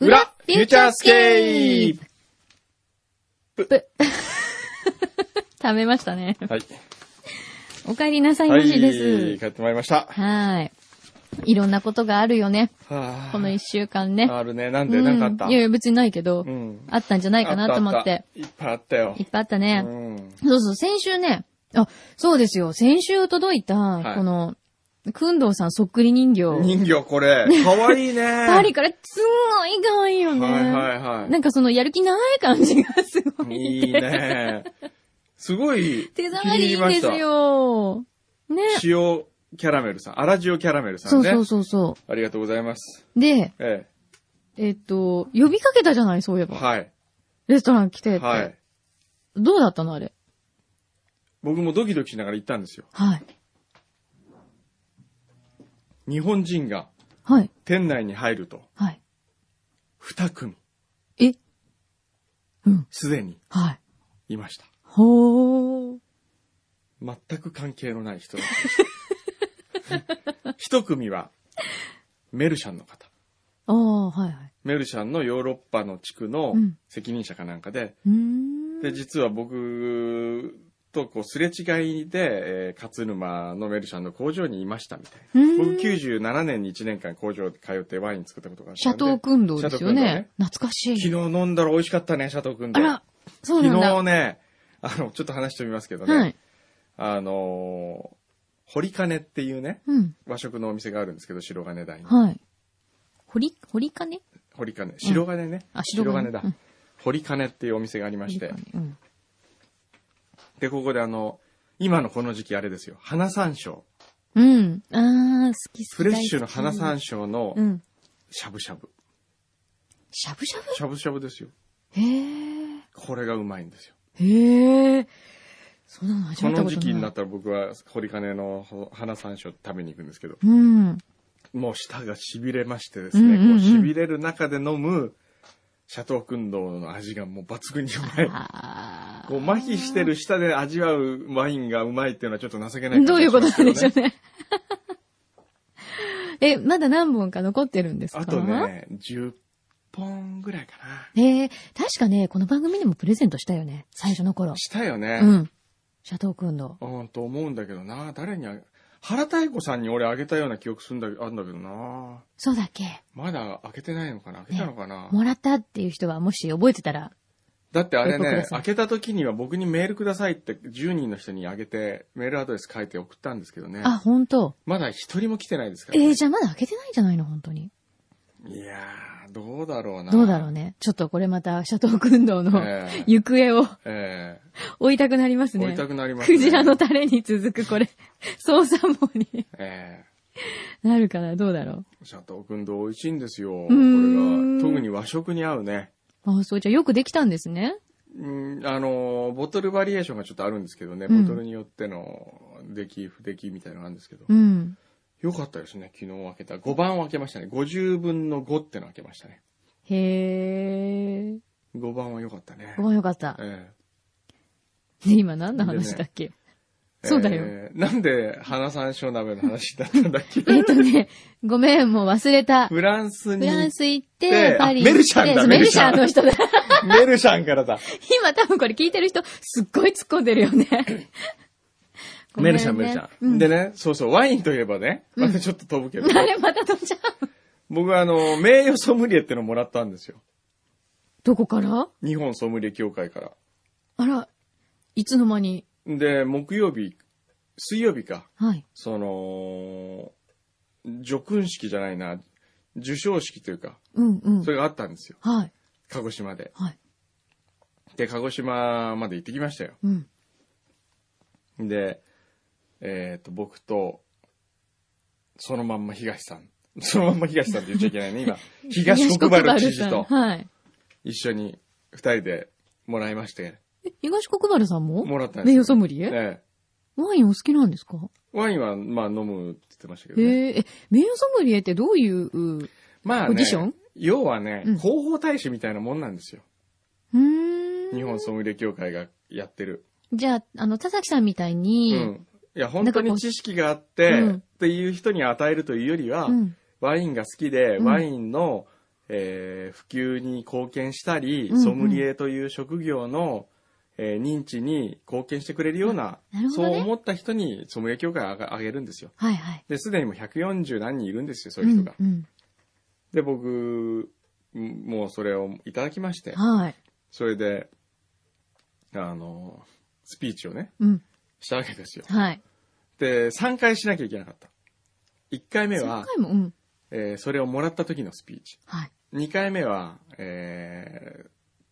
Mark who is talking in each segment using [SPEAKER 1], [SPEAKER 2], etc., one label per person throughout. [SPEAKER 1] 裏フューチャースケー
[SPEAKER 2] 食べましたね。
[SPEAKER 1] プはい。
[SPEAKER 2] お帰りなさい
[SPEAKER 1] は
[SPEAKER 2] ま
[SPEAKER 1] い、
[SPEAKER 2] しです。
[SPEAKER 1] 帰ってまいりました。
[SPEAKER 2] はい。いろんなことがあるよね。
[SPEAKER 1] はあ
[SPEAKER 2] この一週間ね。
[SPEAKER 1] あるね。なん
[SPEAKER 2] う
[SPEAKER 1] で、
[SPEAKER 2] ん
[SPEAKER 1] なんかあった
[SPEAKER 2] いやいや、別にないけど、
[SPEAKER 1] うん。
[SPEAKER 2] あったんじゃないかなと思っ
[SPEAKER 1] あ
[SPEAKER 2] て。
[SPEAKER 1] た。あたいっぱいあったよ
[SPEAKER 2] いっ。ぱいあった
[SPEAKER 1] う
[SPEAKER 2] ね。
[SPEAKER 1] ん。
[SPEAKER 2] そうそう、先週ね。あ、そうですよ。先週届いた、
[SPEAKER 1] い
[SPEAKER 2] この、くんどうさんそっくり人形。
[SPEAKER 1] 人形これ、かわいいね。
[SPEAKER 2] パリからすごい可愛いよね。
[SPEAKER 1] はいはいはい。
[SPEAKER 2] なんかそのやる気ない感じがすごい。
[SPEAKER 1] いいね。すごい、
[SPEAKER 2] 手触りいいんですよ。ね。
[SPEAKER 1] 塩キャラメルさん、粗塩キャラメルさ
[SPEAKER 2] そ
[SPEAKER 1] ん
[SPEAKER 2] う
[SPEAKER 1] ね。
[SPEAKER 2] そうそうそ
[SPEAKER 1] ありがとうございます。
[SPEAKER 2] う。で、
[SPEAKER 1] え
[SPEAKER 2] えっと、呼びかけたじゃない、そういえ
[SPEAKER 1] え。
[SPEAKER 2] ば。
[SPEAKER 1] はい。
[SPEAKER 2] レストラン来てって。
[SPEAKER 1] はい。
[SPEAKER 2] どうだったのあれ。
[SPEAKER 1] 僕もドキドキしながら行ったんですよ。
[SPEAKER 2] はい。
[SPEAKER 1] 日本人が
[SPEAKER 2] はい。
[SPEAKER 1] 店内に入ると、
[SPEAKER 2] はい。
[SPEAKER 1] 二組、
[SPEAKER 2] えうん。
[SPEAKER 1] すでに
[SPEAKER 2] はい。
[SPEAKER 1] いました。
[SPEAKER 2] ほー。
[SPEAKER 1] 全く関係のない人だった。 一組は、メルシャンの方。
[SPEAKER 2] ああ、はいはい。
[SPEAKER 1] メルシャンのヨーロッパの地区の
[SPEAKER 2] うん
[SPEAKER 1] 責任者かなんかで、
[SPEAKER 2] うーん。
[SPEAKER 1] で、実は僕とこうすれ違いで、えー勝沼のメルシャンの工場にいましたみたいな。
[SPEAKER 2] う
[SPEAKER 1] 僕
[SPEAKER 2] ん
[SPEAKER 1] 97年に1年間工場で通ってワイン作ったことがある
[SPEAKER 2] シャトー君堂ですよね。
[SPEAKER 1] シャトー
[SPEAKER 2] 懐かしい。
[SPEAKER 1] 昨日飲んだら美味しかったね、シャトー君
[SPEAKER 2] あ
[SPEAKER 1] で。
[SPEAKER 2] ら、そうなん
[SPEAKER 1] 昨日
[SPEAKER 2] だ。
[SPEAKER 1] ね、あの、ちょっと話してみますけどね、
[SPEAKER 2] はい。
[SPEAKER 1] あのー堀金っていうね、
[SPEAKER 2] うん。
[SPEAKER 1] 和食のお店があるんですけど、白金台に。
[SPEAKER 2] はい。堀、堀金
[SPEAKER 1] 堀金、白金ね。
[SPEAKER 2] あ、白金
[SPEAKER 1] だ
[SPEAKER 2] う。ん
[SPEAKER 1] 堀金っていうお店がありまして、
[SPEAKER 2] 堀金うん。
[SPEAKER 1] で、ここであの、今のこの時期あれですよ、花山椒。
[SPEAKER 2] うん。あー、好き好き。
[SPEAKER 1] フレッシュの花
[SPEAKER 2] さ
[SPEAKER 1] 山
[SPEAKER 2] ん
[SPEAKER 1] 椒の
[SPEAKER 2] うん。
[SPEAKER 1] しゃぶしゃぶ。
[SPEAKER 2] しゃぶしゃぶ
[SPEAKER 1] しゃぶしゃぶですよ。
[SPEAKER 2] へー。
[SPEAKER 1] これがうまいんですよ。
[SPEAKER 2] へー。そんなの始
[SPEAKER 1] こ
[SPEAKER 2] めたことない。
[SPEAKER 1] の時期になったら僕は堀金の花山椒食べに行くんですけど、
[SPEAKER 2] うん。
[SPEAKER 1] もう舌が痺れましてですね、
[SPEAKER 2] うんうんうん
[SPEAKER 1] こう痺れる中で飲むシャトークンドーの味がもう抜群にうまい。
[SPEAKER 2] あー
[SPEAKER 1] こう麻痺してる舌で味わうワインがうまいっていうのはちょっと情けない感じ
[SPEAKER 2] ど
[SPEAKER 1] が
[SPEAKER 2] う
[SPEAKER 1] し
[SPEAKER 2] いうこ
[SPEAKER 1] ま
[SPEAKER 2] と
[SPEAKER 1] すけ
[SPEAKER 2] なん
[SPEAKER 1] ど
[SPEAKER 2] で
[SPEAKER 1] ね
[SPEAKER 2] しょうね。 え、まだ何本か残ってるんですか
[SPEAKER 1] あと。ね、10本ぐらいか
[SPEAKER 2] えー、確かね、この番組でもプレゼントしたよね。最初の頃
[SPEAKER 1] な。。したよね。
[SPEAKER 2] うん。シャトーくんの。
[SPEAKER 1] うん、と思うんだけどな。誰にあげ、原太子さんに俺あげたような記憶するんだあるんだけどな。
[SPEAKER 2] そうだっけ
[SPEAKER 1] まだ開けてないのかな開けたのかな、
[SPEAKER 2] もらったっていう人はもし覚えてたら。
[SPEAKER 1] だってあれ
[SPEAKER 2] ご報告く
[SPEAKER 1] ね
[SPEAKER 2] だ、さい
[SPEAKER 1] 開けた時には僕にメールくださいって10人の人にあげて、メールアドレス書いて送ったんですけどね。
[SPEAKER 2] あ、本当。
[SPEAKER 1] まだ一人も来てないですから、
[SPEAKER 2] えー、じゃあまだ開けてないんじゃないの本当に。
[SPEAKER 1] いやー、どうだろうな。
[SPEAKER 2] どうだろうね。ちょっとこれまた、シャトーくんの
[SPEAKER 1] え え
[SPEAKER 2] 行方を
[SPEAKER 1] え
[SPEAKER 2] 追いたくなります
[SPEAKER 1] え
[SPEAKER 2] ね。
[SPEAKER 1] 追いたくなります、ね。
[SPEAKER 2] クジラのタレに続く これ、捜査網に
[SPEAKER 1] え
[SPEAKER 2] なるからどうだろう。
[SPEAKER 1] えシャトー君どう美味しいんですよ。これが。
[SPEAKER 2] ーん
[SPEAKER 1] 特に和食に合うね。
[SPEAKER 2] あそう、じゃあよくできたんですね。
[SPEAKER 1] うん、あの、ボトルバリエーションがちょっとあるんですけどね、
[SPEAKER 2] うん
[SPEAKER 1] ボトルによっての出来、不出来みたいなのがあるんですけど、
[SPEAKER 2] うん。
[SPEAKER 1] よかったですね、昨日開けた。5番を開けましたね。50分の5ってのを開けましたね。
[SPEAKER 2] へえ。
[SPEAKER 1] 5番は良かったね。
[SPEAKER 2] ごめんよかった。
[SPEAKER 1] え
[SPEAKER 2] で、今何の話だっけ、
[SPEAKER 1] え
[SPEAKER 2] そうだよ。
[SPEAKER 1] ええなんで、花山椒鍋の話だったんだっけ
[SPEAKER 2] えっ、とね、ごめん、もう忘れた。フ
[SPEAKER 1] フランスに、
[SPEAKER 2] ランス行っ
[SPEAKER 1] で
[SPEAKER 2] て、パリ行
[SPEAKER 1] あ
[SPEAKER 2] って、
[SPEAKER 1] メルシャンだ
[SPEAKER 2] そう
[SPEAKER 1] メ
[SPEAKER 2] メ
[SPEAKER 1] ル
[SPEAKER 2] ル
[SPEAKER 1] シ
[SPEAKER 2] シ
[SPEAKER 1] ャン
[SPEAKER 2] ャンの人だ。
[SPEAKER 1] メルシャンからだ。
[SPEAKER 2] 今多分これ聞いてる人、すっごい突っ込んでるよね。ごめんね
[SPEAKER 1] メルシャン、メルシャ
[SPEAKER 2] うん
[SPEAKER 1] ン。でね、そうそう、ワインといえばね、またちょっと飛ぶけど、
[SPEAKER 2] あれ、また飛んじゃう。
[SPEAKER 1] 僕はあの、名誉ソムリエってのもらったんですよ。
[SPEAKER 2] どこから
[SPEAKER 1] 日本ソムリエ協会から。
[SPEAKER 2] あら、いつの間に。
[SPEAKER 1] で、木曜日、水曜日か、
[SPEAKER 2] はい。
[SPEAKER 1] その、叙勲式じゃないな、授賞式というか、
[SPEAKER 2] うんうん
[SPEAKER 1] そ。れがあったんですよ。
[SPEAKER 2] はい。
[SPEAKER 1] 鹿児島で。
[SPEAKER 2] はい。
[SPEAKER 1] で、鹿児島まで行ってきましたよ。
[SPEAKER 2] うん。
[SPEAKER 1] で、えっ、と、僕と、そのまんま東さん。そのまんま東さんって言っちゃいけないね、 今。東国原知事と
[SPEAKER 2] 東国原さんはい。
[SPEAKER 1] 一緒に二人でもらいまして、
[SPEAKER 2] え東国原さんも
[SPEAKER 1] もらったん
[SPEAKER 2] 名
[SPEAKER 1] ですよ
[SPEAKER 2] 誉ソムリエ、
[SPEAKER 1] ええ
[SPEAKER 2] ワインお好きなんですか
[SPEAKER 1] ワインは、まあ、飲むって言ってましたけ
[SPEAKER 2] え
[SPEAKER 1] どね。
[SPEAKER 2] え、え、名誉ソムリエってどういう、う
[SPEAKER 1] まあね、
[SPEAKER 2] ポジション
[SPEAKER 1] 要はね、
[SPEAKER 2] うん
[SPEAKER 1] 広報大使みたいなもんなんですよ。
[SPEAKER 2] うーん。
[SPEAKER 1] 日本ソムリエ協会がやってる。
[SPEAKER 2] じゃあ、あの、田崎さんみたいうに、
[SPEAKER 1] ん。いや、本当に知識があって、
[SPEAKER 2] なんかこううん
[SPEAKER 1] っていう人に与えるというよりは、
[SPEAKER 2] うん。
[SPEAKER 1] ワインが好きで、
[SPEAKER 2] うん
[SPEAKER 1] ワインの、えー普及に貢献したり、
[SPEAKER 2] うんうん
[SPEAKER 1] ソムリエという職業の、えー認知に貢献してくれるような、
[SPEAKER 2] なるほ
[SPEAKER 1] そう
[SPEAKER 2] どね
[SPEAKER 1] 思った人にソムリエ協会をあがあげるんですよ。
[SPEAKER 2] はいはい。
[SPEAKER 1] で、すでにもう140何人いるんですよ、そう
[SPEAKER 2] う
[SPEAKER 1] いう人
[SPEAKER 2] ん
[SPEAKER 1] が。。
[SPEAKER 2] うん。
[SPEAKER 1] で、僕、もうそれをいただきまして、
[SPEAKER 2] はい。
[SPEAKER 1] それで、あの、スピーチをね、
[SPEAKER 2] うん。
[SPEAKER 1] したわけですよ。
[SPEAKER 2] はい。
[SPEAKER 1] で、3回しなきゃいけなかった。1回目
[SPEAKER 2] 3
[SPEAKER 1] は、
[SPEAKER 2] 回も、うん。
[SPEAKER 1] えーそれをもらった時のスピーチ。
[SPEAKER 2] はい。
[SPEAKER 1] 2回目は、えー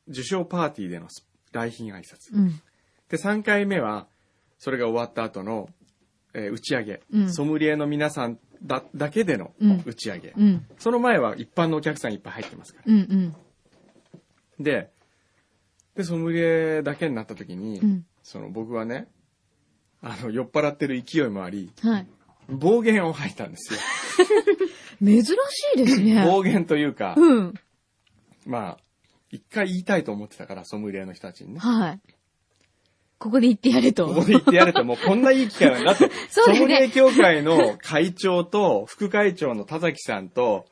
[SPEAKER 1] 受賞パーティーでのス来賓挨拶。
[SPEAKER 2] うん。
[SPEAKER 1] で、3回目は、それが終わった後の、えー打ち上げ、
[SPEAKER 2] うん
[SPEAKER 1] ソムリエの皆さんだだけでの
[SPEAKER 2] うん
[SPEAKER 1] 打ち上げ、
[SPEAKER 2] うん。
[SPEAKER 1] その前は一般のお客さんいっぱい入ってますから。
[SPEAKER 2] うん。うん。
[SPEAKER 1] で、で、ソムリエだけになった時に、
[SPEAKER 2] うん
[SPEAKER 1] その僕はね、あの、酔っ払ってる勢いもあり、
[SPEAKER 2] はい。
[SPEAKER 1] 暴言を吐いたんですよ。
[SPEAKER 2] 珍しいですね。
[SPEAKER 1] 暴言というか、
[SPEAKER 2] うん。
[SPEAKER 1] まあ、一回言いたいと思ってたから、ソムリエの人たちにね。
[SPEAKER 2] はい。ここで言ってやれと。
[SPEAKER 1] ここで言ってやれと、もうこんないい機会なんだって、
[SPEAKER 2] そうだよね
[SPEAKER 1] ソムリエ協会の会長と、副会長の田崎さんと、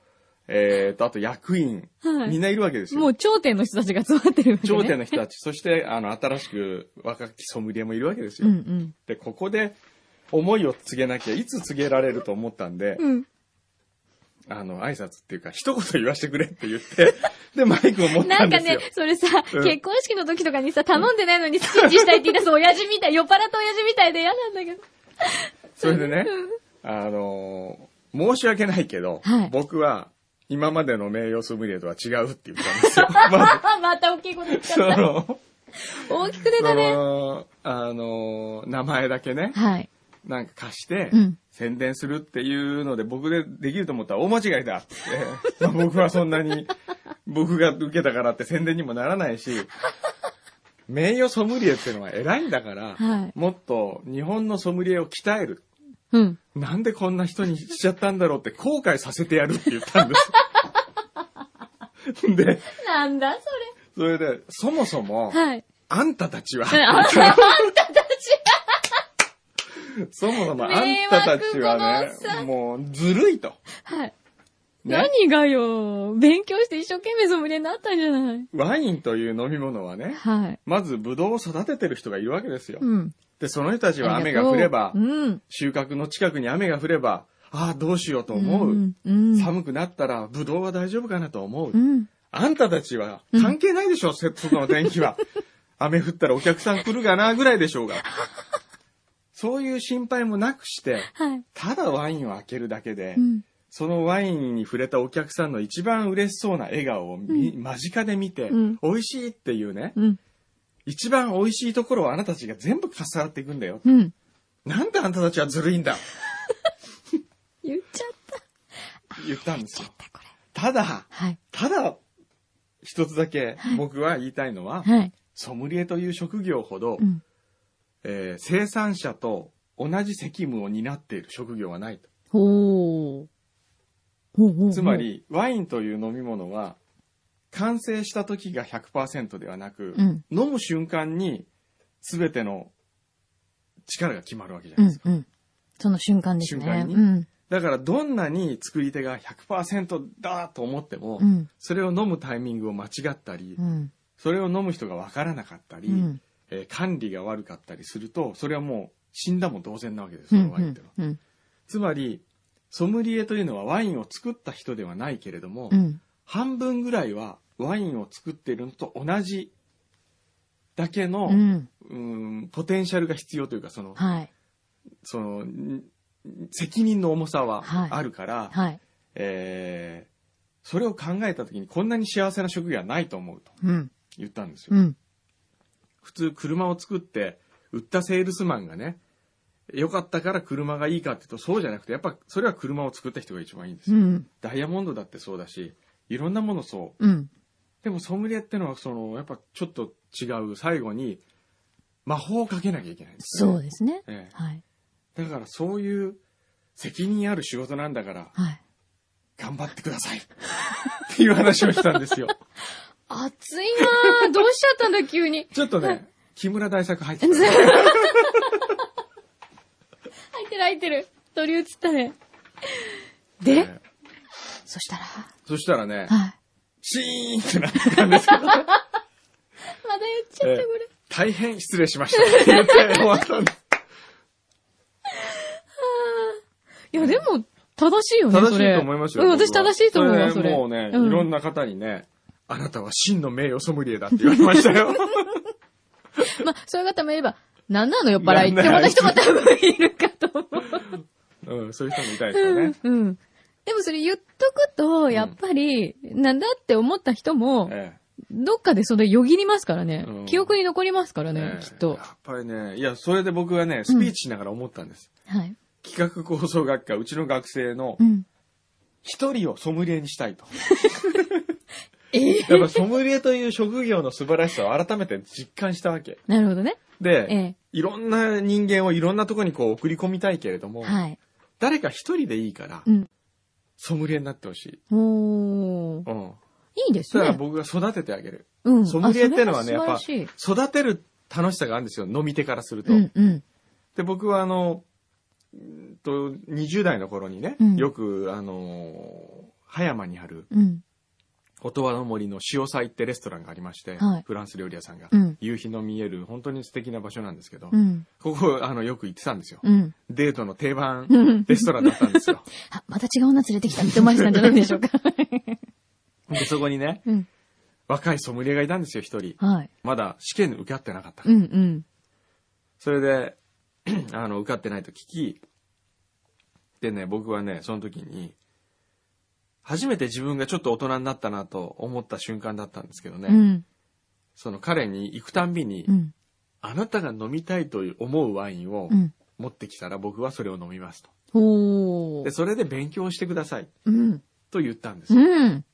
[SPEAKER 1] えーと、あと役員、
[SPEAKER 2] はい
[SPEAKER 1] みんないるわけですよ。
[SPEAKER 2] もう頂点の人たちが集まってるわけ、ね。
[SPEAKER 1] 頂点の人たち、そして、あの、新しく若きソムリエもいるわけです
[SPEAKER 2] う
[SPEAKER 1] よ。
[SPEAKER 2] ん
[SPEAKER 1] で、ここで、思いを告げなきゃいつ告げられると思ったんで
[SPEAKER 2] う、ん。うん。
[SPEAKER 1] あの、挨拶っていうか、一言言わせてくれって言って、で、マイクを持っ
[SPEAKER 2] な
[SPEAKER 1] たん
[SPEAKER 2] ん
[SPEAKER 1] で
[SPEAKER 2] か
[SPEAKER 1] すよ
[SPEAKER 2] ね。、それさ、
[SPEAKER 1] うん
[SPEAKER 2] 結婚式の時とかにさ、頼んでないのにスピーチしたいって言い出す親父みたい、酔っ払った親父みたいで嫌なんだけど。
[SPEAKER 1] それ でね、あのー申し訳ないけど、
[SPEAKER 2] はい
[SPEAKER 1] 僕は今までの名誉ソムリエとは違うって言った んですよ。ま
[SPEAKER 2] あ、また大きいこと言っ
[SPEAKER 1] ず、
[SPEAKER 2] ち
[SPEAKER 1] そ
[SPEAKER 2] ゃった。
[SPEAKER 1] の、
[SPEAKER 2] 大きく出
[SPEAKER 1] そ
[SPEAKER 2] たね。
[SPEAKER 1] の、あのー名前だけね、
[SPEAKER 2] はい。
[SPEAKER 1] なんか貸して
[SPEAKER 2] うん、
[SPEAKER 1] 宣伝するっていうので僕でできると思ったら大間違いだって言って、まあ 僕はそんなに、僕が受けたからって宣伝にもならないし、名誉ソムリエっていうのは偉いんだから、
[SPEAKER 2] はい
[SPEAKER 1] もっと日本のソムリエを鍛える。
[SPEAKER 2] うん。
[SPEAKER 1] なんでこんな人にしちゃったんだろうって後悔させてやるって言ったんです。 で、
[SPEAKER 2] なんだそ
[SPEAKER 1] それで、そもそも
[SPEAKER 2] れ。、はい。
[SPEAKER 1] あんたたちは、
[SPEAKER 2] あんた、あんたたち
[SPEAKER 1] そもそもあん
[SPEAKER 2] 迷惑
[SPEAKER 1] たたちは
[SPEAKER 2] このおっさ
[SPEAKER 1] ね、もうずるいと。
[SPEAKER 2] はい。
[SPEAKER 1] ね、
[SPEAKER 2] 何がよ、勉強して一生懸命ソムリエになったんじゃない
[SPEAKER 1] ワインという飲み物はね、
[SPEAKER 2] はい。
[SPEAKER 1] まずブドウを育ててる人がいるわけですよ。
[SPEAKER 2] うん。
[SPEAKER 1] で、その人たちは
[SPEAKER 2] あ
[SPEAKER 1] 雨
[SPEAKER 2] り
[SPEAKER 1] が
[SPEAKER 2] とう
[SPEAKER 1] 降れば
[SPEAKER 2] う、ん。
[SPEAKER 1] 収穫の近くに雨が降れば、ああ、どうしようと思う。
[SPEAKER 2] ん。うん。
[SPEAKER 1] 寒くなったら、ブドウは大丈夫かなと思う。
[SPEAKER 2] うん。
[SPEAKER 1] あんたたちは関係ないでしょ、せ外の天気 は。雨降ったらお客さん来るかな、ぐらいでしょうが。そういう心配もなくして、
[SPEAKER 2] はい。
[SPEAKER 1] ただワインを開けるだけで、
[SPEAKER 2] うん。
[SPEAKER 1] そのワインに触れたお客さんの一番嬉しそうな笑顔をみ、間近で見て、
[SPEAKER 2] うん
[SPEAKER 1] 美味しいっていうね、
[SPEAKER 2] うん。
[SPEAKER 1] 一番美味しいところをあなたたちが全部かっさらっていくんだよ。
[SPEAKER 2] うん。
[SPEAKER 1] なんであんたたちはずるいんだ
[SPEAKER 2] 言っちゃった。
[SPEAKER 1] 言ったんですよ。
[SPEAKER 2] これ。
[SPEAKER 1] ただ、
[SPEAKER 2] はい。
[SPEAKER 1] ただ、一つだけ僕は言いたいのは、
[SPEAKER 2] はい。
[SPEAKER 1] ソムリエという職業ほど、
[SPEAKER 2] うん。
[SPEAKER 1] えー生産者と同じ責務を担っている職業はないと。
[SPEAKER 2] ほう。ほうほうほう
[SPEAKER 1] つま、り、ワインという飲み物は、完成した時が100%ではなく、
[SPEAKER 2] うん。
[SPEAKER 1] 飲む瞬間に全ての力が決まるわけじゃ
[SPEAKER 2] う
[SPEAKER 1] ないです
[SPEAKER 2] ん
[SPEAKER 1] か。。
[SPEAKER 2] うん。その瞬間ですね。
[SPEAKER 1] 瞬間に
[SPEAKER 2] うん。
[SPEAKER 1] だから、どんなに作り手が100%だと思っても、
[SPEAKER 2] うん。
[SPEAKER 1] それを飲むタイミングを間違ったり、
[SPEAKER 2] うん。
[SPEAKER 1] それを飲む人がわからなかったり、
[SPEAKER 2] うん。
[SPEAKER 1] えー管理が悪かったりすると、それはもう死んだも同然なわけです、
[SPEAKER 2] うん
[SPEAKER 1] そのワインっていうのは。
[SPEAKER 2] うん。
[SPEAKER 1] つまり、ソムリエというのはワインを作った人ではないけれども、
[SPEAKER 2] うん。
[SPEAKER 1] 半分ぐらいはワインを作っているのと同じだけの、
[SPEAKER 2] う。
[SPEAKER 1] うんーんポテンシャルが必要というか、その、
[SPEAKER 2] はい。
[SPEAKER 1] その、ん責任の重さは
[SPEAKER 2] はい
[SPEAKER 1] あるから、
[SPEAKER 2] はい。
[SPEAKER 1] えーそれを考えた時にこんなに幸せな職業はないと思うと
[SPEAKER 2] うん。
[SPEAKER 1] 言ったんですよ。
[SPEAKER 2] うん。
[SPEAKER 1] 普通車を作って売ったセールスマンがね、良かったから車がいいかっていうとそうじゃなくて、やっぱそれは車を作った人が一番いいんですよ
[SPEAKER 2] うん。
[SPEAKER 1] ダイヤモンドだってそうだし、いろんなものそう。
[SPEAKER 2] うん。
[SPEAKER 1] でもソムリエってのは、その、やっぱちょっと違う、最後に魔法をかけなきゃいけないんです
[SPEAKER 2] そう
[SPEAKER 1] よね。
[SPEAKER 2] ですね。
[SPEAKER 1] え
[SPEAKER 2] はい。
[SPEAKER 1] えだからそういう責任ある仕事なんだから、
[SPEAKER 2] はい。
[SPEAKER 1] 頑張ってください。っていう話をしたんですよ。
[SPEAKER 2] 熱いなぁ。どうしちゃったんだ、急に。
[SPEAKER 1] ちょっとね、木村大作入ってた。
[SPEAKER 2] 入ってる入ってる。取り移ったね。で、
[SPEAKER 1] ね
[SPEAKER 2] そしたら、はい。
[SPEAKER 1] そしたらね、
[SPEAKER 2] ま
[SPEAKER 1] シーンってなってたんですけど、
[SPEAKER 2] だ言っちゃった、これ。
[SPEAKER 1] 大変失礼しましたって言って終わったんです。
[SPEAKER 2] いや、でも、正しいよね。
[SPEAKER 1] 正し
[SPEAKER 2] それ
[SPEAKER 1] いと思いますよ。
[SPEAKER 2] うん、
[SPEAKER 1] 僕は
[SPEAKER 2] 私正しいと思うわ、それ。
[SPEAKER 1] もうね、い
[SPEAKER 2] うん
[SPEAKER 1] ろんな方にね、あなたは真の名誉ソムリエだって言われました よ。
[SPEAKER 2] まあ、 そういう方もいれば、なんなの酔っ払いって
[SPEAKER 1] なんな
[SPEAKER 2] ま
[SPEAKER 1] の
[SPEAKER 2] た人も多分いるかと思う。
[SPEAKER 1] うん、そういう人もいたいですよね。
[SPEAKER 2] うん。でもそれ言っとくと、やっぱり、なんだって思った人も、
[SPEAKER 1] え
[SPEAKER 2] どっかでそれよぎりますからね。
[SPEAKER 1] うん
[SPEAKER 2] 記憶に残りますから
[SPEAKER 1] え
[SPEAKER 2] ね、
[SPEAKER 1] ええ
[SPEAKER 2] きっと
[SPEAKER 1] や。っぱりね、いや、それで僕はね、スピーチしながら思ったんです。
[SPEAKER 2] はい。
[SPEAKER 1] 企画構想学科、うちの学生の
[SPEAKER 2] うん。
[SPEAKER 1] 一人をソムリエにしたいと。
[SPEAKER 2] ええ
[SPEAKER 1] やっぱソムリエという職業の素晴らしさを改めて実感したわけ。
[SPEAKER 2] なるほどね。
[SPEAKER 1] で、
[SPEAKER 2] ええ
[SPEAKER 1] いろんな人間をいろんなとこにこう送り込みたいけれども、
[SPEAKER 2] はい。
[SPEAKER 1] 誰か一人でいいから、
[SPEAKER 2] うん。
[SPEAKER 1] ソムリエになってほしい。
[SPEAKER 2] おー。
[SPEAKER 1] うん。
[SPEAKER 2] いいです
[SPEAKER 1] そしたら
[SPEAKER 2] ね。
[SPEAKER 1] 僕が育ててあげる。
[SPEAKER 2] うん。
[SPEAKER 1] ソムリエってのはね、
[SPEAKER 2] あ
[SPEAKER 1] やっぱ
[SPEAKER 2] それは素晴らしい。、
[SPEAKER 1] 育てる楽しさがあるんですよ。飲み手からすると。
[SPEAKER 2] うん、うん。
[SPEAKER 1] で、僕はあの、うんと、20代の頃にね、
[SPEAKER 2] うん
[SPEAKER 1] よく、あの、葉山にある、
[SPEAKER 2] うん。
[SPEAKER 1] 音羽の森の潮祭ってレストランがありまして、
[SPEAKER 2] はい
[SPEAKER 1] フランス料理屋さんが、
[SPEAKER 2] うん
[SPEAKER 1] 夕日の見える本当に素敵な場所なんですけど、
[SPEAKER 2] うん。
[SPEAKER 1] ここ、あの、よく行ってたんですよ。
[SPEAKER 2] うん。
[SPEAKER 1] デートの定番
[SPEAKER 2] うん
[SPEAKER 1] レストランだったんで すよ。
[SPEAKER 2] あ、また違う女連れてきたって思われてたんじゃないで しょうか。
[SPEAKER 1] で、そこにね、
[SPEAKER 2] うん。
[SPEAKER 1] 若いソムリエがいたんですよ、一人。
[SPEAKER 2] はい。
[SPEAKER 1] まだ試験受かってなかった。
[SPEAKER 2] うん、うん。
[SPEAKER 1] それで、 あの、受かってないと聞き、でね、僕はね、その時に、初めて自分がちょっと大人になったなと思った瞬間だったんですけどね、
[SPEAKER 2] うん。
[SPEAKER 1] その彼に行くたんびに、
[SPEAKER 2] うん。
[SPEAKER 1] あなたが飲みたいと思うワインを
[SPEAKER 2] うん。
[SPEAKER 1] 持ってきたら僕はそれを飲みますと。
[SPEAKER 2] お
[SPEAKER 1] で、
[SPEAKER 2] ー。
[SPEAKER 1] それで勉強してください
[SPEAKER 2] うん。
[SPEAKER 1] と言ったんです。
[SPEAKER 2] うん。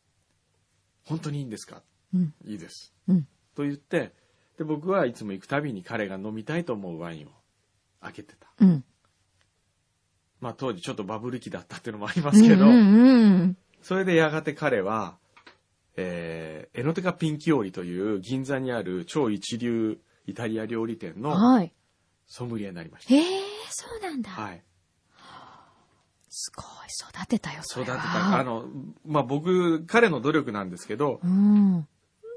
[SPEAKER 1] 本当にいいんですか
[SPEAKER 2] うん。
[SPEAKER 1] いいです。
[SPEAKER 2] うん。
[SPEAKER 1] と言って、で、僕はいつも行くたびに彼が飲みたいと思うワインを開けてた。
[SPEAKER 2] うん。
[SPEAKER 1] まあ当時ちょっとバブル期だったっていうのもありますけど、
[SPEAKER 2] うんうん
[SPEAKER 1] それでやがて彼は、えー、エノテカピンキオリという銀座にある超一流イタリア料理店
[SPEAKER 2] うん。
[SPEAKER 1] の
[SPEAKER 2] はい。
[SPEAKER 1] ソムリエになりました。
[SPEAKER 2] へえ、そうなんだ。
[SPEAKER 1] はい。
[SPEAKER 2] すごい、育てたよ、そ
[SPEAKER 1] 育
[SPEAKER 2] れ
[SPEAKER 1] て
[SPEAKER 2] は。
[SPEAKER 1] た。あの、まあ、僕、彼の努力なんですけど、
[SPEAKER 2] うん。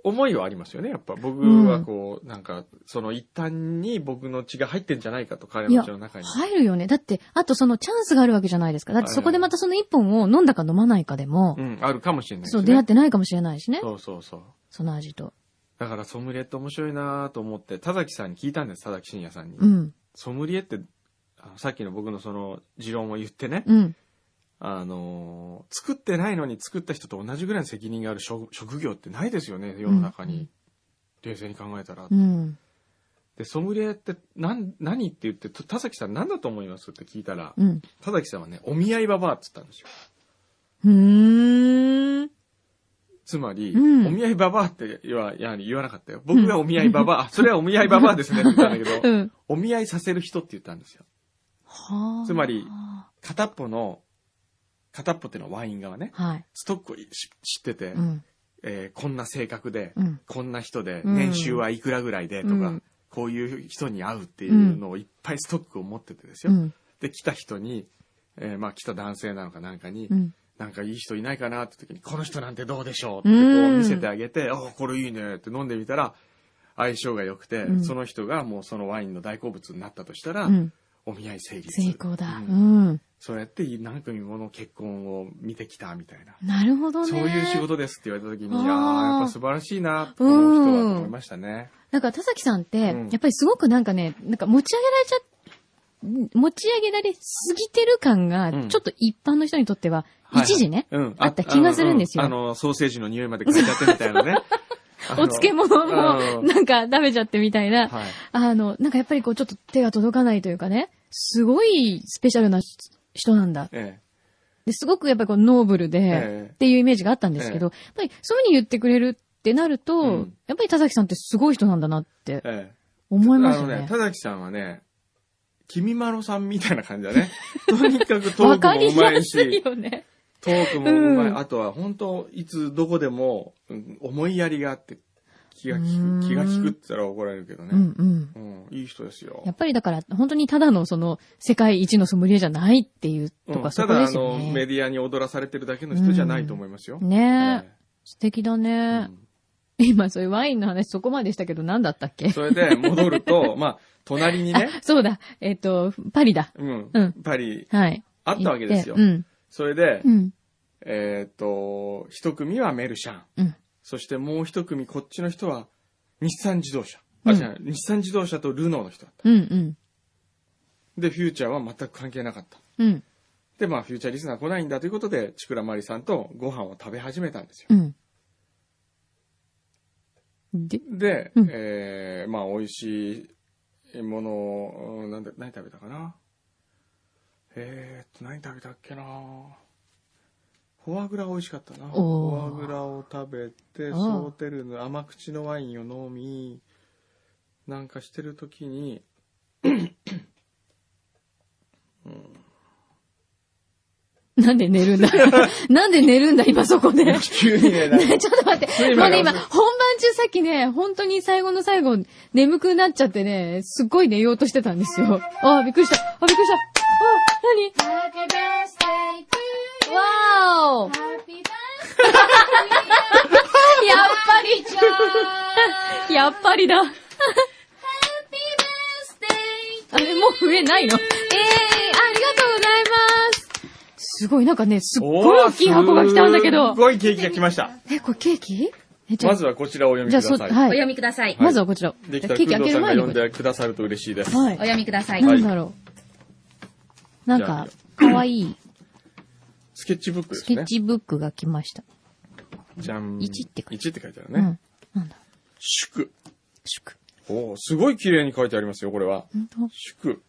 [SPEAKER 1] 思いはありますよね、やっぱ。僕はこう、なんか、その一端に僕の血が入ってんじゃないかと、彼
[SPEAKER 2] い
[SPEAKER 1] の
[SPEAKER 2] や
[SPEAKER 1] 血の中に。
[SPEAKER 2] 入るよね。だって、あとそのチャンスがあるわけじゃないですか。だってそこでまたその一本を飲んだか飲まないかでも
[SPEAKER 1] う、ん、あるかもしれないです、
[SPEAKER 2] そ
[SPEAKER 1] ね。
[SPEAKER 2] う、出会ってないかもしれないしね。
[SPEAKER 1] そうそうそう。
[SPEAKER 2] その味と。
[SPEAKER 1] だからソムリエって面白いなと思って、田崎さんに聞いたんです、田崎真也さんに。
[SPEAKER 2] うん。
[SPEAKER 1] ソムリエって、あのさっきの僕のその持論を言ってね、
[SPEAKER 2] うん。
[SPEAKER 1] あのー作ってないのに作った人と同じぐらいの責任がある職職業ってないですよね、世の中に。
[SPEAKER 2] うん
[SPEAKER 1] 冷静に考えたら。
[SPEAKER 2] うん。
[SPEAKER 1] で、ソムリエって何、何って言って、と田崎さん何だと思いますって聞いたら、
[SPEAKER 2] うん。
[SPEAKER 1] 田崎さんはね、お見合いババアって言ったんですよ。
[SPEAKER 2] うーん。
[SPEAKER 1] つまり、
[SPEAKER 2] うん
[SPEAKER 1] お見合いババアって言わやはり言わなかったよ。僕がお見合いババア、あそれはお見合いババアですねって言ったんだけど、
[SPEAKER 2] うん。
[SPEAKER 1] お見合いさせる人って言ったんですよ。
[SPEAKER 2] はあ。
[SPEAKER 1] つまり片っぽの、片っぽっていうのはワイン側ね、
[SPEAKER 2] はい。
[SPEAKER 1] ストックをし知ってて、
[SPEAKER 2] うん。
[SPEAKER 1] えーこんな性格で、
[SPEAKER 2] うん。
[SPEAKER 1] こんな人で、
[SPEAKER 2] うん
[SPEAKER 1] 年収はいくらぐらいでとか、
[SPEAKER 2] うん
[SPEAKER 1] こういう人に会うっていうのをいっぱいストックを持っててです
[SPEAKER 2] う
[SPEAKER 1] よ。
[SPEAKER 2] ん。
[SPEAKER 1] で、来た人に、えーまあ来た男性なのかなんかに、
[SPEAKER 2] うん。
[SPEAKER 1] なんかいい人いないかなって時に、この人なんてどうでしょうってこ
[SPEAKER 2] う
[SPEAKER 1] うん見せてあげて、ああ、これいいねって飲んでみたら、相性が良くて、
[SPEAKER 2] うん
[SPEAKER 1] その人がもうそのワインの大好物になったとしたら、
[SPEAKER 2] うん。
[SPEAKER 1] お見合い成立。
[SPEAKER 2] 成功だ。
[SPEAKER 1] う
[SPEAKER 2] うんん。
[SPEAKER 1] そうやって何組もの結婚を見てきたみたいな。
[SPEAKER 2] なるほどね。
[SPEAKER 1] そういう仕事ですって言われた時に、
[SPEAKER 2] あ
[SPEAKER 1] い
[SPEAKER 2] ー
[SPEAKER 1] やーやっぱ素晴らしいなと思う人はと思いましたね。
[SPEAKER 2] なんか田崎さんって、
[SPEAKER 1] うん
[SPEAKER 2] やっぱりすごくなんかね、なんか持ち上げられちゃ、持ち上げられすぎてる感が
[SPEAKER 1] うん、
[SPEAKER 2] ちょっと一般の人にとっては、
[SPEAKER 1] はい
[SPEAKER 2] 一時ね、
[SPEAKER 1] うん。
[SPEAKER 2] あった気がするんですよ
[SPEAKER 1] あの、ソーセージの匂いまで嗅いちゃってみた いなね。あの
[SPEAKER 2] お漬物
[SPEAKER 1] う
[SPEAKER 2] も
[SPEAKER 1] ん
[SPEAKER 2] なんか食べちゃってみたいな、
[SPEAKER 1] はい。
[SPEAKER 2] あの、なんかやっぱりこうちょっと手が届かないというかね、すごいスペシャルな人なんだ。
[SPEAKER 1] え
[SPEAKER 2] ですごくやっぱりこうノーブルで、
[SPEAKER 1] ええ
[SPEAKER 2] っていうイメージがあったんですけど、やっぱりそういうふうに言ってくれるってなると、
[SPEAKER 1] うん
[SPEAKER 2] やっぱり田崎さんってすごい人なんだなって
[SPEAKER 1] えええ
[SPEAKER 2] 思いま
[SPEAKER 1] あ
[SPEAKER 2] すよ
[SPEAKER 1] の
[SPEAKER 2] ね
[SPEAKER 1] ね、。田崎さんはね、君まろさんみたいな感じだね。とにかくトー
[SPEAKER 2] わ
[SPEAKER 1] ク
[SPEAKER 2] か
[SPEAKER 1] も
[SPEAKER 2] り
[SPEAKER 1] うまい
[SPEAKER 2] やすい
[SPEAKER 1] し、
[SPEAKER 2] よね。
[SPEAKER 1] トークもうまい。
[SPEAKER 2] うん
[SPEAKER 1] あとは本当、いつどこでも、うん思いやりがあって、気が利
[SPEAKER 2] うん
[SPEAKER 1] く、気が利くって言ったら怒られるけど
[SPEAKER 2] う
[SPEAKER 1] ね。
[SPEAKER 2] んうん。
[SPEAKER 1] うん、いい人ですよ
[SPEAKER 2] や。っぱりだから、本当にただのその、世界一のソムリエじゃないっていう
[SPEAKER 1] う
[SPEAKER 2] と
[SPEAKER 1] ん
[SPEAKER 2] か、
[SPEAKER 1] た
[SPEAKER 2] そこ
[SPEAKER 1] だ、
[SPEAKER 2] で
[SPEAKER 1] あ
[SPEAKER 2] すよ
[SPEAKER 1] の、メ
[SPEAKER 2] ね。
[SPEAKER 1] ディアに踊らされてるだけの人じゃないと思いますよ。
[SPEAKER 2] ね
[SPEAKER 1] え
[SPEAKER 2] え。素敵だ
[SPEAKER 1] え
[SPEAKER 2] ね
[SPEAKER 1] う。ん
[SPEAKER 2] 今、そういうワインの話そこまでしたけど、何だったっけ
[SPEAKER 1] それで戻ると、まあ、隣にね、
[SPEAKER 2] そうだ。えっと、パリだ。
[SPEAKER 1] うん
[SPEAKER 2] うん、
[SPEAKER 1] パリ、
[SPEAKER 2] はい。
[SPEAKER 1] あったわけですよ
[SPEAKER 2] 行っ。てうん。
[SPEAKER 1] それで
[SPEAKER 2] う、ん。
[SPEAKER 1] えーっと、一組はメルシャン。
[SPEAKER 2] うん。
[SPEAKER 1] そしてもう一組、こっちの人は、日産自動車。
[SPEAKER 2] う
[SPEAKER 1] あ、
[SPEAKER 2] ん
[SPEAKER 1] じゃ日産自動車とルノーの人だった。
[SPEAKER 2] うん。うん。
[SPEAKER 1] で、フューチャーは全く関係なかった。
[SPEAKER 2] うん。
[SPEAKER 1] で、まあ、フューチャーリスナー来ないんだということで、ちくらまりさんとご飯を食べ始めたんですよ。
[SPEAKER 2] うん。で、
[SPEAKER 1] で、
[SPEAKER 2] うん
[SPEAKER 1] えー、まあ、美味しいものを、うんなんだ、何食べたかなえーっと、何食べたっけなフォアグラ美味しかったな。フ
[SPEAKER 2] おー
[SPEAKER 1] ォアグラを食べて、
[SPEAKER 2] ん
[SPEAKER 1] ソーテルの甘口のワインを飲み、なんかしてるときに、
[SPEAKER 2] なんで寝るんだ なんで寝るんだ今そこで。ね、
[SPEAKER 1] 急にね、なんか
[SPEAKER 2] ちょっと待っ
[SPEAKER 1] 睡
[SPEAKER 2] て。
[SPEAKER 1] 魔
[SPEAKER 2] もう
[SPEAKER 1] が
[SPEAKER 2] ね、今、本番中さっきね、本当に最後の最後、眠くなっちゃってね、すっごい寝ようとしてたんですよ。あーびっくりした。あーびっくりした。あー
[SPEAKER 3] Happy birthday to you.
[SPEAKER 2] 何 わーお
[SPEAKER 3] Happy birthday,
[SPEAKER 2] やっぱり
[SPEAKER 3] John.
[SPEAKER 2] やっぱりだ。
[SPEAKER 3] Happy birthday.
[SPEAKER 2] あれ、もう上ないのええー、ありがとうございます。すごい、なんかね、すっごい大きい箱が来たんだけ
[SPEAKER 1] おーす
[SPEAKER 2] ど
[SPEAKER 1] っ。ごいケーキが来ました。
[SPEAKER 2] え、これケーキえ、じゃあ
[SPEAKER 1] まずはこちらをお読み
[SPEAKER 2] じゃあ、
[SPEAKER 1] く
[SPEAKER 2] そ、
[SPEAKER 1] だ
[SPEAKER 2] は
[SPEAKER 1] さ
[SPEAKER 2] い。
[SPEAKER 1] い。
[SPEAKER 3] お読みください。
[SPEAKER 2] まずはこちら。
[SPEAKER 1] で
[SPEAKER 2] ケ
[SPEAKER 1] き
[SPEAKER 2] ー
[SPEAKER 1] たら、工
[SPEAKER 2] キ開け
[SPEAKER 1] 藤さ
[SPEAKER 2] る
[SPEAKER 1] んが
[SPEAKER 2] 前に
[SPEAKER 1] 呼
[SPEAKER 2] こ
[SPEAKER 1] ん
[SPEAKER 2] ちら。
[SPEAKER 1] でくださると嬉しいです。
[SPEAKER 2] は
[SPEAKER 3] お
[SPEAKER 2] い。
[SPEAKER 3] 読みください。
[SPEAKER 2] なんだろう。なんか、かわいい
[SPEAKER 1] スケッチブックで
[SPEAKER 2] ス
[SPEAKER 1] す
[SPEAKER 2] ケッ
[SPEAKER 1] ね。
[SPEAKER 2] チブックが来ました。
[SPEAKER 1] じゃん。
[SPEAKER 2] 一って書いてある
[SPEAKER 1] 一って書いてある
[SPEAKER 2] う
[SPEAKER 1] ね。
[SPEAKER 2] ん。なんだ。
[SPEAKER 1] 祝。
[SPEAKER 2] 祝。
[SPEAKER 1] おおすごい綺麗に書いてありますよ、これは。
[SPEAKER 2] 本当
[SPEAKER 1] 祝。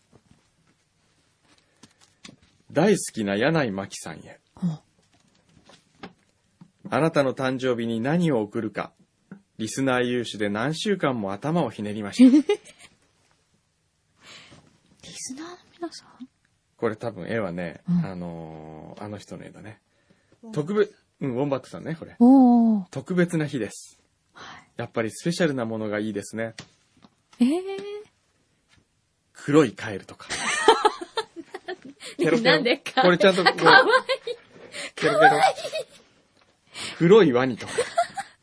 [SPEAKER 1] 大好きな柳井真紀さんへ。
[SPEAKER 2] うん
[SPEAKER 1] あなたの誕生日に何を送るか、リスナー有志で何週間も頭をひねり ました。
[SPEAKER 2] リスナーの皆さん
[SPEAKER 1] これ多分絵はね、
[SPEAKER 2] うん
[SPEAKER 1] あのーあの人の絵だね。特別、うん、ウォンバットさんね、これ。
[SPEAKER 2] おー。
[SPEAKER 1] 特別な日です。やっぱりスペシャルなものがいいですね。
[SPEAKER 2] え
[SPEAKER 1] 黒いカエルとか。ペロペロ
[SPEAKER 2] なんでか
[SPEAKER 1] これちゃんとこう。かわいい。ペロペロ。黒いワニとか。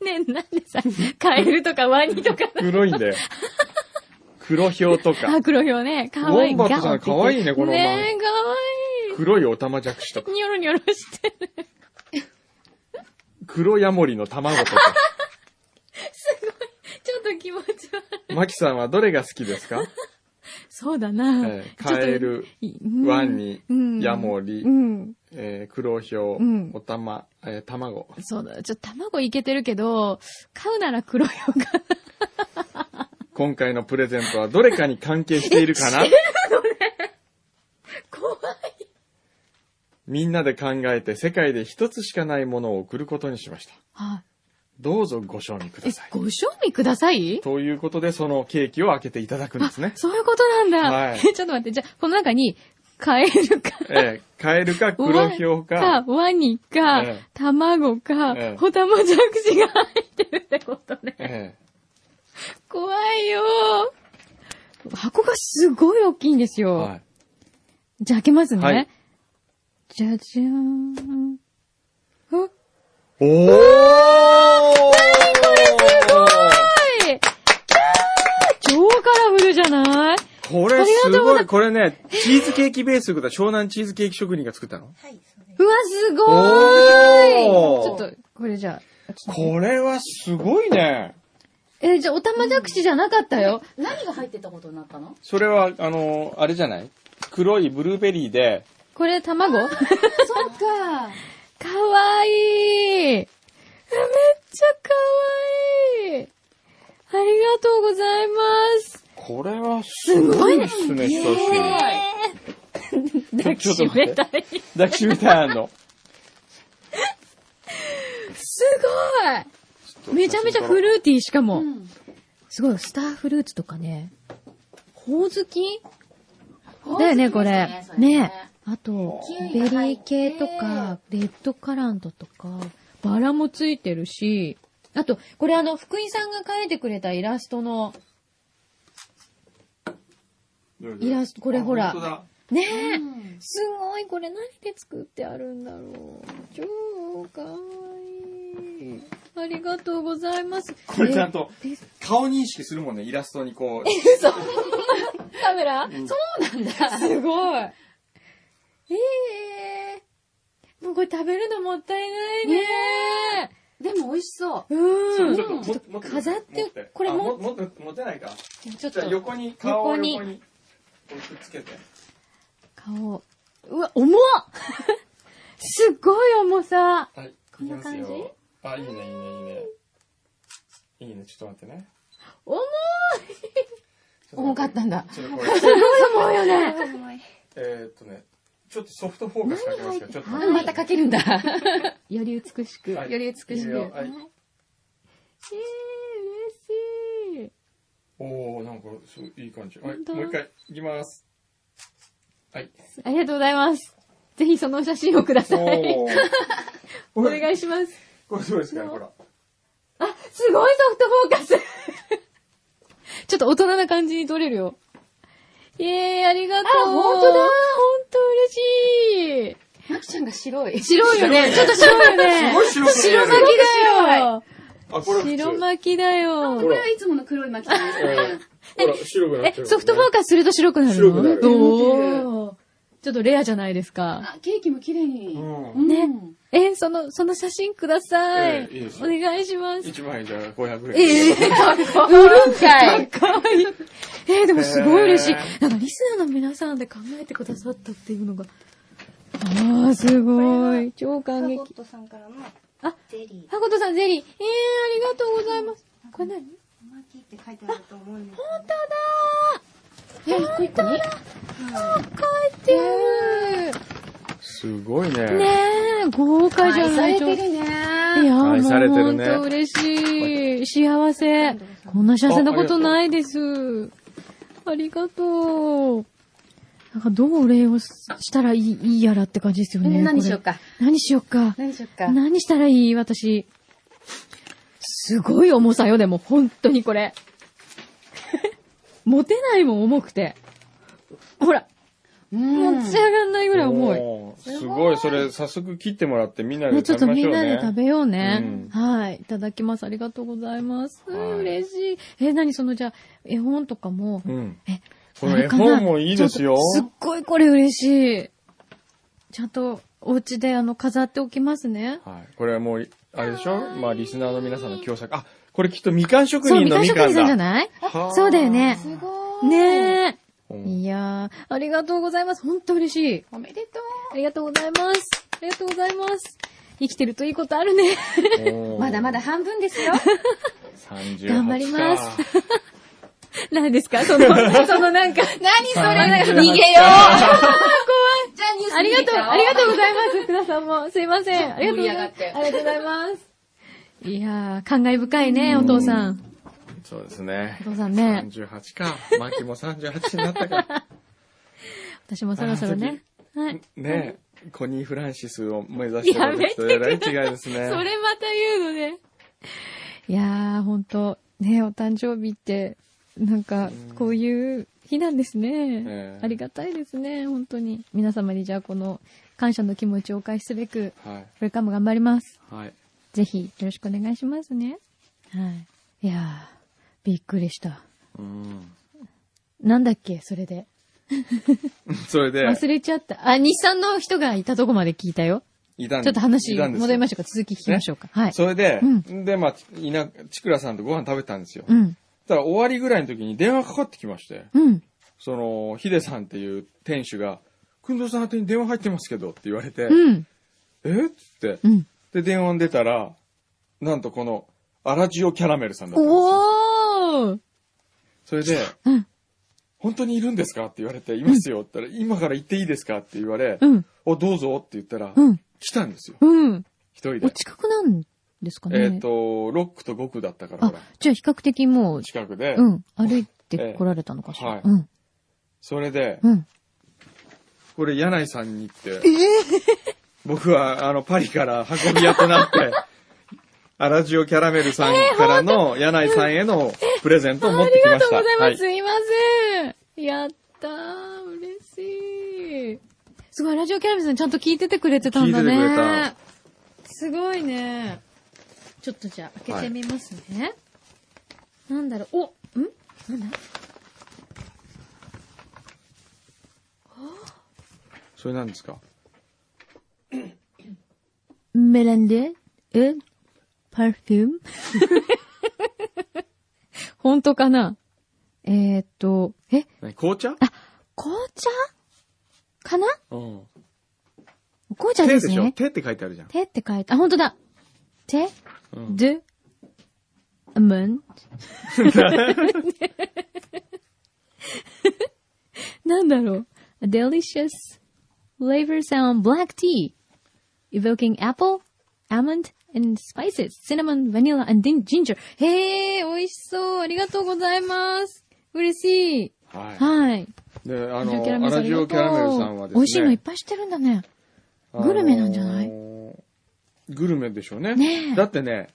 [SPEAKER 2] ー。ねえ、なんでさ、カエルとかワニとか。
[SPEAKER 1] 黒いんだよ。黒ヒョウとか
[SPEAKER 2] あ、。黒ひょうね。かわいい。
[SPEAKER 1] ウォンバットさん
[SPEAKER 2] ガオって言って
[SPEAKER 1] 可愛いねこの前
[SPEAKER 2] ねえ、かわい
[SPEAKER 1] 黒いオタマジャクシとか。
[SPEAKER 2] い。ニョロニョロしてる。
[SPEAKER 1] 黒ヤモリの卵とか。
[SPEAKER 2] ちょっと気持ち悪い。
[SPEAKER 1] マキさんはどれが好きですか
[SPEAKER 2] そうだな。
[SPEAKER 1] えーカエル
[SPEAKER 2] ちょっと、うん
[SPEAKER 1] ワニ
[SPEAKER 2] うん
[SPEAKER 1] ヤモリ
[SPEAKER 2] うん。
[SPEAKER 1] えー、黒ヒョウ、
[SPEAKER 2] うん
[SPEAKER 1] おたま、えー卵。
[SPEAKER 2] そうだ。ちょっと卵いけてるけど、買うなら黒よが。
[SPEAKER 1] 今回のプレゼントはどれかに関係しているかな
[SPEAKER 2] 怖い。
[SPEAKER 1] みんなで考えて世界で一つしかないものを送ることにしました。
[SPEAKER 2] は
[SPEAKER 1] どうぞご賞味く
[SPEAKER 2] い。え
[SPEAKER 1] ださい、。
[SPEAKER 2] ご賞味ください
[SPEAKER 1] ということで、そのケーキを開けていただくんですね。
[SPEAKER 2] そういうことなんだ。
[SPEAKER 1] はい
[SPEAKER 2] ちょっと待って。じゃあ、この中に、カエルか、
[SPEAKER 1] ええ、カエルか 黒ヒョウか、
[SPEAKER 2] ワニか、
[SPEAKER 1] ええ
[SPEAKER 2] 卵か、
[SPEAKER 1] ええ
[SPEAKER 2] ホタマジャクシが入ってるってこと ね。
[SPEAKER 1] え
[SPEAKER 2] 怖いよ箱がすごい大きいんです
[SPEAKER 1] え
[SPEAKER 2] よ。
[SPEAKER 1] は
[SPEAKER 2] じゃあ開けますね。
[SPEAKER 1] はい
[SPEAKER 2] じゃじゃーん。うっ
[SPEAKER 1] い。おー
[SPEAKER 2] はい超カラフルじゃない
[SPEAKER 1] これすごい、これね、チーズケーキベースということは湘南チーズケーキ職人が作ったの
[SPEAKER 2] うわ、すご
[SPEAKER 1] おー
[SPEAKER 2] ーいちょっと、これじゃあ。ちょっと
[SPEAKER 1] これはすごいね。
[SPEAKER 2] えーじゃあ、おたまじゃくしじゃなかったよ。
[SPEAKER 3] 何が入ってたことになったの
[SPEAKER 1] それは、あの、あれじゃない黒いブルーベリーで、
[SPEAKER 2] これ、卵
[SPEAKER 3] そうか。
[SPEAKER 2] かわいいめっちゃかわいいありがとうございます
[SPEAKER 1] これはすごいですね、一つ。
[SPEAKER 2] 抱きしめたい。
[SPEAKER 1] 抱きしめたいの。
[SPEAKER 2] すごいめちゃめちゃフルーティーしかも。
[SPEAKER 3] ん
[SPEAKER 2] すごい、スターフルーツとかね。ほおずきだよね、これ。ねえ。あと
[SPEAKER 3] キウイが、
[SPEAKER 2] ベ
[SPEAKER 3] 入って
[SPEAKER 2] リー系とか、レッドカラントとか、バラもついてるし、あと、これあの、福井さんが描いてくれたイラストの、イラストこれほら
[SPEAKER 1] あ本当だ
[SPEAKER 2] ね
[SPEAKER 3] う
[SPEAKER 2] え、
[SPEAKER 3] ん
[SPEAKER 2] すごい、これ何で作ってあるんだろう。超かわいい。ありがとうございます。
[SPEAKER 1] これちゃんと
[SPEAKER 2] え。で
[SPEAKER 1] 顔認識するもんね、イラストにこう。
[SPEAKER 2] カメラ、
[SPEAKER 1] ん
[SPEAKER 2] そうなんだ。すごい。ええもうこれ食べるのもったいないね。
[SPEAKER 3] でも美味しそう。
[SPEAKER 2] うん。
[SPEAKER 1] ちょっと
[SPEAKER 2] ち
[SPEAKER 1] も
[SPEAKER 2] ょっと飾って、これも、
[SPEAKER 1] も持ってあもも持てないか。
[SPEAKER 2] ちょっ
[SPEAKER 1] じゃあ
[SPEAKER 2] と、
[SPEAKER 1] 横に、顔を
[SPEAKER 2] 横に
[SPEAKER 1] 横に。こうくっつけて。
[SPEAKER 2] 顔。うわ、重っすっごい重さ。
[SPEAKER 1] はい。
[SPEAKER 2] こんな感じ
[SPEAKER 1] いきますよあ、いいね、いいね、いいね。いいね、ちょっと待ってね。
[SPEAKER 2] 重い
[SPEAKER 1] ちょと
[SPEAKER 2] 重か
[SPEAKER 1] 待
[SPEAKER 2] ってたんだ。
[SPEAKER 1] ちょっとこ
[SPEAKER 2] す
[SPEAKER 1] れ、
[SPEAKER 2] ごい重いよね。
[SPEAKER 1] えーっとね、ちょっとソフトフォーカスかけますけど、ちょっと待
[SPEAKER 2] はい
[SPEAKER 1] っ
[SPEAKER 2] また
[SPEAKER 3] かけるんだ。
[SPEAKER 2] より美しく。
[SPEAKER 1] て。はい
[SPEAKER 2] より美
[SPEAKER 1] い
[SPEAKER 2] し
[SPEAKER 1] い
[SPEAKER 2] く。
[SPEAKER 1] よは
[SPEAKER 2] え
[SPEAKER 1] い
[SPEAKER 2] え嬉しい。
[SPEAKER 1] おー、なんか、そう、いい感じ。はい、
[SPEAKER 2] 本当
[SPEAKER 1] もう一回、いきます。はい。
[SPEAKER 2] ありがとうございます。ぜひそのお写真をください。
[SPEAKER 1] おー。
[SPEAKER 2] お
[SPEAKER 1] これ、
[SPEAKER 2] 願いします。
[SPEAKER 1] これどうですかね、ほら。
[SPEAKER 2] あ、すごいソフトフォーカス。 ちょっと大人な感じに撮れるよ。イえーイ、ありがとう。
[SPEAKER 3] あ本当だ
[SPEAKER 2] 本当嬉しい。
[SPEAKER 3] まきちゃんが白い。
[SPEAKER 2] 白いよね。ちょっと白いよね。
[SPEAKER 1] すごい白
[SPEAKER 2] 白
[SPEAKER 1] く見え
[SPEAKER 2] 巻
[SPEAKER 1] る
[SPEAKER 2] きだよ。
[SPEAKER 1] あ、これ普通
[SPEAKER 2] 白巻きだよ
[SPEAKER 1] ほ。ら
[SPEAKER 3] これはいつもの黒いまきちゃんです
[SPEAKER 1] え
[SPEAKER 3] ね。
[SPEAKER 1] ーほら、白くなっ
[SPEAKER 2] え
[SPEAKER 1] てる、
[SPEAKER 2] ソフトフォーカスすると白くなるの
[SPEAKER 1] 白くなる
[SPEAKER 2] どうちょっとレアじゃないですか。
[SPEAKER 3] あ、ケーキも綺麗に。
[SPEAKER 1] うん
[SPEAKER 2] ね
[SPEAKER 3] うん
[SPEAKER 2] え、その、その写真ください。
[SPEAKER 1] ええいいです
[SPEAKER 2] お
[SPEAKER 1] よ
[SPEAKER 2] 願いします。
[SPEAKER 1] 一枚じゃあ500円。
[SPEAKER 2] ええかっこいい。売るんかい。かっこいい。ええでもすごい嬉しい
[SPEAKER 1] へ。え
[SPEAKER 2] なんかリスナーの皆さんで考えてくださったっていうのが。ああ、すごい。超感
[SPEAKER 4] タコ
[SPEAKER 2] 激
[SPEAKER 4] ッ。トさんからの
[SPEAKER 2] あ
[SPEAKER 4] ゼリ
[SPEAKER 2] ハコトさん、ゼリー。ええありがとうございます。これ何
[SPEAKER 4] ー、マキって書いてあると思うんですよね、
[SPEAKER 2] え、一個一個にあ、書いて
[SPEAKER 1] すごいね。
[SPEAKER 2] る。ねえ、豪華じゃないち
[SPEAKER 3] 愛さ
[SPEAKER 2] ょ
[SPEAKER 3] れ
[SPEAKER 2] ってと
[SPEAKER 3] る
[SPEAKER 2] い
[SPEAKER 3] ね。
[SPEAKER 2] やー
[SPEAKER 1] 愛されてるね
[SPEAKER 2] もう本当嬉しい。幸せ。こんな幸せなことないです。ありがとう。なんかどうお礼をしたらいいいいやらって感じですよね。
[SPEAKER 3] 何しようか
[SPEAKER 2] これ。何しようか。
[SPEAKER 3] 何しよっか。
[SPEAKER 2] 何したらいい私。すごい重さよ、でも本当にこれ。 持てないもん、重くて。ほら、
[SPEAKER 3] うん
[SPEAKER 2] 持ち上がんないぐらい重い。
[SPEAKER 1] おーすごい、それ、早速切ってもらってみんなで
[SPEAKER 2] ね、ちょっ
[SPEAKER 1] 食べ
[SPEAKER 2] と
[SPEAKER 1] ま
[SPEAKER 2] み
[SPEAKER 1] しょ
[SPEAKER 2] ん
[SPEAKER 1] う
[SPEAKER 2] な
[SPEAKER 1] ね。
[SPEAKER 2] で食べようね。
[SPEAKER 1] うん
[SPEAKER 2] はい。いただきます。ありがとうございます。
[SPEAKER 1] はい
[SPEAKER 2] うん嬉しい。え、何その、じゃあ、絵本とかも。
[SPEAKER 1] うん。
[SPEAKER 2] え、
[SPEAKER 1] この絵本もいいですよ
[SPEAKER 2] あれかなちょっとすっごいこれ嬉しい。ちゃんと、お家で、あの、飾っておきますね。
[SPEAKER 1] はい。これはもう、あれでしょまあ、リスナーの皆さんの共作。あ、これきっとみかん職
[SPEAKER 2] そう、
[SPEAKER 1] 人
[SPEAKER 2] み
[SPEAKER 1] の
[SPEAKER 2] かん
[SPEAKER 1] み
[SPEAKER 2] 職
[SPEAKER 1] か
[SPEAKER 2] 人
[SPEAKER 1] ん
[SPEAKER 2] さんじゃ
[SPEAKER 1] だ。
[SPEAKER 2] ない
[SPEAKER 1] はあ
[SPEAKER 2] そうだよね。
[SPEAKER 3] すごい。
[SPEAKER 2] ね
[SPEAKER 1] う
[SPEAKER 2] え。
[SPEAKER 1] ん
[SPEAKER 2] いやー、ありがとうございます。本当嬉しい。
[SPEAKER 3] おめでと
[SPEAKER 2] ありがとうございます。ありがとうございます。生きてるといいことあるね。
[SPEAKER 1] お
[SPEAKER 3] う。
[SPEAKER 1] ー
[SPEAKER 3] まだまだ半分ですよ。
[SPEAKER 1] 38
[SPEAKER 2] 頑張ります
[SPEAKER 1] か
[SPEAKER 2] 何ですかその、そのなんか。
[SPEAKER 3] 何そ
[SPEAKER 1] 38
[SPEAKER 3] れ逃げ よう じゃあニュース
[SPEAKER 2] ありがとう、ありがとうございます。福田さんも。すいません。ありがとうござい
[SPEAKER 3] 盛り上が
[SPEAKER 2] ま
[SPEAKER 3] って
[SPEAKER 2] す。ありがとうございます。いやー、感慨深いね、お父さん。
[SPEAKER 1] そうですね
[SPEAKER 2] お。父さんね。
[SPEAKER 1] 38か。マキも38になったか。
[SPEAKER 2] 私もそろそろね。はい。
[SPEAKER 1] ねえ、コニー・フランシスを目指してる時とえらい違いですね。
[SPEAKER 2] それまた言うのね。いやー、ほんと、ね、お誕生日って、なんか、こういう日なんです
[SPEAKER 1] え
[SPEAKER 2] ね
[SPEAKER 1] え。
[SPEAKER 2] ありがたいですね、本当に。皆様にじゃあこの感謝の気持ちをお返しすべく、
[SPEAKER 1] はい。
[SPEAKER 2] これからも頑張ります。
[SPEAKER 1] はい。
[SPEAKER 2] ぜひ、よろしくお願いしますね。はい。いやー、びっくりした。
[SPEAKER 1] うん。
[SPEAKER 2] なんだっけ、それで。
[SPEAKER 1] それで、
[SPEAKER 2] 忘れちゃった。あ、日産の人がいたとこまで聞いたよ。
[SPEAKER 1] いたん
[SPEAKER 2] ちょっと話
[SPEAKER 1] いたんですよ
[SPEAKER 2] 戻りましょうか。続き聞きましょうか。はい。
[SPEAKER 1] それで、
[SPEAKER 2] う
[SPEAKER 1] で、まあ、いな、ちくらさんとご飯食べたんですよ。
[SPEAKER 2] う
[SPEAKER 1] そし
[SPEAKER 2] ん。
[SPEAKER 1] たら終わりぐらいの時に電話かかってきまして、
[SPEAKER 2] うん。
[SPEAKER 1] その、ヒデさんっていう店主が、くんどうさん宛てに電話入ってますけどって言われて、
[SPEAKER 2] うん。
[SPEAKER 1] えっつって
[SPEAKER 2] う、ん。
[SPEAKER 1] で、電話に出たら、なんとこの、アラジオキャラメルさんだったんですよ。
[SPEAKER 2] おー
[SPEAKER 1] それで、
[SPEAKER 2] うん。
[SPEAKER 1] 本当にいるんですかって言われて、いますよって言ったら、今から行っていいですかって言われ、
[SPEAKER 2] うん。
[SPEAKER 1] お、どうぞって言ったら、
[SPEAKER 2] うん。
[SPEAKER 1] 来たんですよ。
[SPEAKER 2] うん。
[SPEAKER 1] 一人
[SPEAKER 2] お
[SPEAKER 1] で。
[SPEAKER 2] 近くなんですかね。
[SPEAKER 1] えっ、と、6区と5区だったから、
[SPEAKER 2] あ
[SPEAKER 1] ほら、、
[SPEAKER 2] じゃあ比較的もう、
[SPEAKER 1] 近くで、
[SPEAKER 2] うん。歩い
[SPEAKER 1] ええ
[SPEAKER 2] て来られたのかし
[SPEAKER 1] はい
[SPEAKER 2] ら。うん。
[SPEAKER 1] それで、
[SPEAKER 2] うん。
[SPEAKER 1] これ、柳井さんにって。僕は、あの、パリから運び屋とな って、アラジオキャラメルさんからの柳井さんへのプレゼントを持ってき
[SPEAKER 2] あ
[SPEAKER 1] ま
[SPEAKER 2] りがと
[SPEAKER 1] した。
[SPEAKER 2] うございます。
[SPEAKER 1] は
[SPEAKER 2] すいません。やったー。嬉しい。すごい、ラジオキャラメルさんちゃんと聞いててくれてたんだね。
[SPEAKER 1] 聞いててくれた
[SPEAKER 2] すごいね。ちょっとじゃあ、開けてみますね。なんだろう、おんなんだ
[SPEAKER 1] それなんですか
[SPEAKER 2] メランデえパフューム 本当かなえー、っと、え
[SPEAKER 1] 何紅茶
[SPEAKER 2] 紅茶かな
[SPEAKER 1] うん。
[SPEAKER 2] 紅茶
[SPEAKER 1] 手
[SPEAKER 2] で
[SPEAKER 1] ですしょ
[SPEAKER 2] ね。
[SPEAKER 1] 手って書いてあるじゃん。
[SPEAKER 2] 手って書いて、あ、本当だ。手
[SPEAKER 1] うん
[SPEAKER 2] で、ムン。 なんだろう。A delicious flavor sound black tea, evoking apple, almond, and spices, cinnamon, vanilla, and din- ginger. へえ、美味しそう。ありがとうございます。嬉しい。
[SPEAKER 1] はい。
[SPEAKER 2] はい。
[SPEAKER 1] で、あ
[SPEAKER 2] あ
[SPEAKER 1] の、アラジオキャラメルさんはですね、
[SPEAKER 2] 美味しいのいっぱい知ってるんだね。グルメなんじゃない
[SPEAKER 1] あのーグルメでしょうね。
[SPEAKER 2] ねえ
[SPEAKER 1] だってね、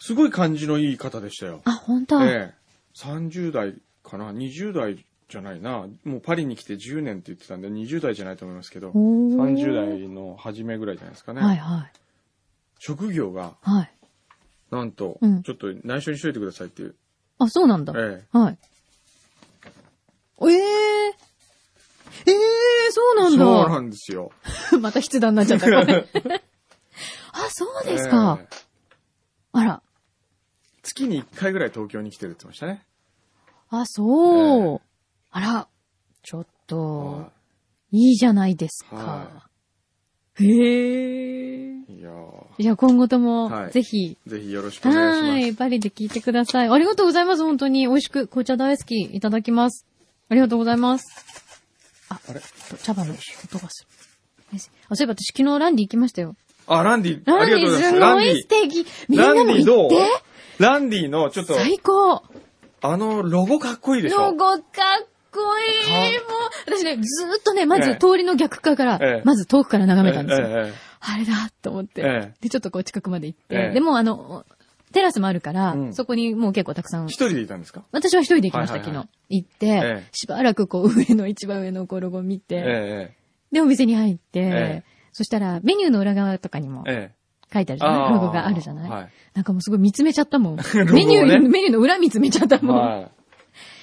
[SPEAKER 1] すごい感じのいい方でしたよ。
[SPEAKER 2] あ、本当。
[SPEAKER 1] ええ。30代かな ?20 代じゃないな。もうパリに来て10年って言ってたんで、20代じゃないと思いますけど、
[SPEAKER 2] おー
[SPEAKER 1] 30代の初めぐらいじゃないですかね。
[SPEAKER 2] はいはい。
[SPEAKER 1] 職業が、
[SPEAKER 2] はい。
[SPEAKER 1] なんと、
[SPEAKER 2] うん
[SPEAKER 1] ちょっと内緒にしといてくださいっていう。
[SPEAKER 2] あ、そうなんだ。
[SPEAKER 1] ええ。
[SPEAKER 2] はい。ええええそうなんだ。
[SPEAKER 1] そうなんで すよ。
[SPEAKER 2] また筆談になっちゃった。ごめ んあ、そうですか。
[SPEAKER 1] ええ
[SPEAKER 2] あら。
[SPEAKER 1] 月に1回ぐらい東京に来てるって言ってましたね。
[SPEAKER 2] あ、そう。
[SPEAKER 1] え
[SPEAKER 2] あら。ちょっと
[SPEAKER 1] は、
[SPEAKER 2] いいじゃないですか
[SPEAKER 1] は。
[SPEAKER 2] へえ。
[SPEAKER 1] いいやー
[SPEAKER 2] いや、今後とも、
[SPEAKER 1] はい
[SPEAKER 2] ぜひ、
[SPEAKER 1] ぜひよろしくお願いします。
[SPEAKER 2] はい、パリで聞いてください。ありがとうございます、本当に。美味しく、紅茶大好き、いただきます。ありがとうございます。あ、あれ茶葉の音がする。よしあ、そういえば私昨日ランディ行きましたよ。
[SPEAKER 1] あ、ランディ、あ
[SPEAKER 2] ラン
[SPEAKER 1] り
[SPEAKER 2] デ
[SPEAKER 1] がとうご
[SPEAKER 2] ィ
[SPEAKER 1] ざい
[SPEAKER 2] す
[SPEAKER 1] ます。ラン
[SPEAKER 2] ご
[SPEAKER 1] デ
[SPEAKER 2] い
[SPEAKER 1] ィ
[SPEAKER 2] 素。敵みん
[SPEAKER 1] ラ
[SPEAKER 2] な
[SPEAKER 1] ン
[SPEAKER 2] も
[SPEAKER 1] デ
[SPEAKER 2] 行
[SPEAKER 1] ィど
[SPEAKER 2] っ
[SPEAKER 1] う
[SPEAKER 2] て
[SPEAKER 1] ランディの、ちょっと、
[SPEAKER 2] 最高
[SPEAKER 1] あの、ロゴかっこいいでしょ
[SPEAKER 2] ロゴかっこいいもう、私ね、ずーっとね、ま
[SPEAKER 1] え
[SPEAKER 2] ず
[SPEAKER 1] え
[SPEAKER 2] 通りの逆側から、
[SPEAKER 1] ええ
[SPEAKER 2] まず遠くから眺めたんですよ。
[SPEAKER 1] えええ
[SPEAKER 2] あれだと思って、
[SPEAKER 1] ええ
[SPEAKER 2] で、ちょっとこう近くまで行って、
[SPEAKER 1] ええ
[SPEAKER 2] でもあの、テラスもあるから、
[SPEAKER 1] うん
[SPEAKER 2] そこにもう結構たくさん
[SPEAKER 1] え一人でいたんですか
[SPEAKER 2] 私は一人で行きました、
[SPEAKER 1] はいはいはい
[SPEAKER 2] 昨日。行って、
[SPEAKER 1] ええ
[SPEAKER 2] しばらくこう上の、一番上のこうロゴを見て、
[SPEAKER 1] え
[SPEAKER 2] で、お店に入って、
[SPEAKER 1] え
[SPEAKER 2] そしたらメニューの裏側とかにも
[SPEAKER 1] ええええ
[SPEAKER 2] 書いてあるじゃない
[SPEAKER 1] ー
[SPEAKER 2] ロゴがあるじゃない、
[SPEAKER 1] はい。
[SPEAKER 2] なんかもうすごい見つめちゃったも ん。
[SPEAKER 1] ね
[SPEAKER 2] メニュー、メニューの裏見つめちゃったもん。、
[SPEAKER 1] は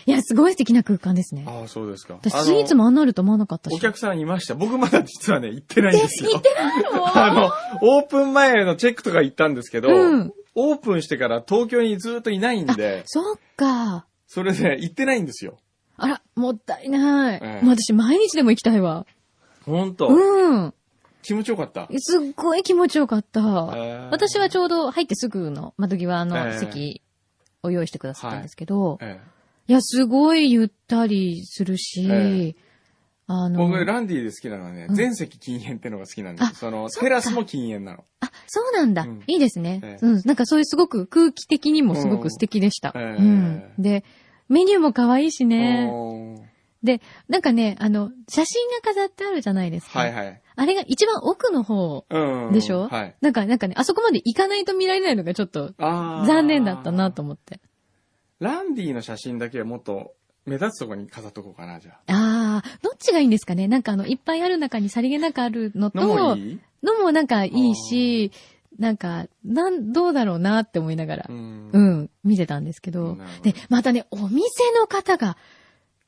[SPEAKER 1] い
[SPEAKER 2] や、すごい素敵な空間です
[SPEAKER 1] い。
[SPEAKER 2] ね。
[SPEAKER 1] ああ、そうですか。
[SPEAKER 2] 私
[SPEAKER 1] あの
[SPEAKER 2] スイーツもあんなあると思わなかったし。
[SPEAKER 1] お客さんいました。僕まだ実はね、行ってないんですよ。行ってない
[SPEAKER 2] の
[SPEAKER 1] あ の、オープン前のチェックとか行ったんですけど、
[SPEAKER 2] うん
[SPEAKER 1] オープンしてから東京にずっといないんで、
[SPEAKER 2] そっか。
[SPEAKER 1] それで行ってないんですよ。
[SPEAKER 2] あら、もったいない。
[SPEAKER 1] ええ
[SPEAKER 2] もう私毎日でも行きたいわ。
[SPEAKER 1] ほんと。
[SPEAKER 2] うん。
[SPEAKER 1] 気持ちよかった。
[SPEAKER 2] すっごい気持ちよかった。
[SPEAKER 1] え
[SPEAKER 2] 私はちょうど入ってすぐの窓際の
[SPEAKER 1] ええ
[SPEAKER 2] 席を用意してくださったんですけど、い、
[SPEAKER 1] ええ
[SPEAKER 2] や、すごいゆったりするし、
[SPEAKER 1] え
[SPEAKER 2] あの、
[SPEAKER 1] 僕、ランディで好きなのはね、
[SPEAKER 2] うん
[SPEAKER 1] 全席禁煙ってのが好きなんで
[SPEAKER 2] あ
[SPEAKER 1] す。その、
[SPEAKER 2] そっか
[SPEAKER 1] テラスも禁煙なの。
[SPEAKER 2] あ、そうなんだ。
[SPEAKER 1] うん
[SPEAKER 2] いいですね、
[SPEAKER 1] ええ
[SPEAKER 2] うん。なんかそういうすごく空気的にもすごく素敵でした。
[SPEAKER 1] うんええ
[SPEAKER 2] うん、で、メニューも可愛いしね。
[SPEAKER 1] おー
[SPEAKER 2] で、なんかね、あの、写真が飾ってあるじゃないですか。
[SPEAKER 1] はいはい。
[SPEAKER 2] あれが一番奥の方
[SPEAKER 1] うん。
[SPEAKER 2] でしょ、
[SPEAKER 1] はい。
[SPEAKER 2] なんか、なんかね、あそこまで行かないと見られないのがちょっと
[SPEAKER 1] あー
[SPEAKER 2] 残念だったなと。思って。
[SPEAKER 1] ランディの写真だけはもっと目立つとこに飾っとこうかな、じゃ
[SPEAKER 2] ああ、どっちがいいんですかねなんかあの、いっぱいある中にさりげなくあるの
[SPEAKER 1] あ。
[SPEAKER 2] と、
[SPEAKER 1] のもいい
[SPEAKER 2] のもなんかいいし、なんか、なん、どうだろうなって思いながら、
[SPEAKER 1] う
[SPEAKER 2] うん、
[SPEAKER 1] ん。
[SPEAKER 2] 見てたんですけど
[SPEAKER 1] なるほど
[SPEAKER 2] で、またね、お店の方が、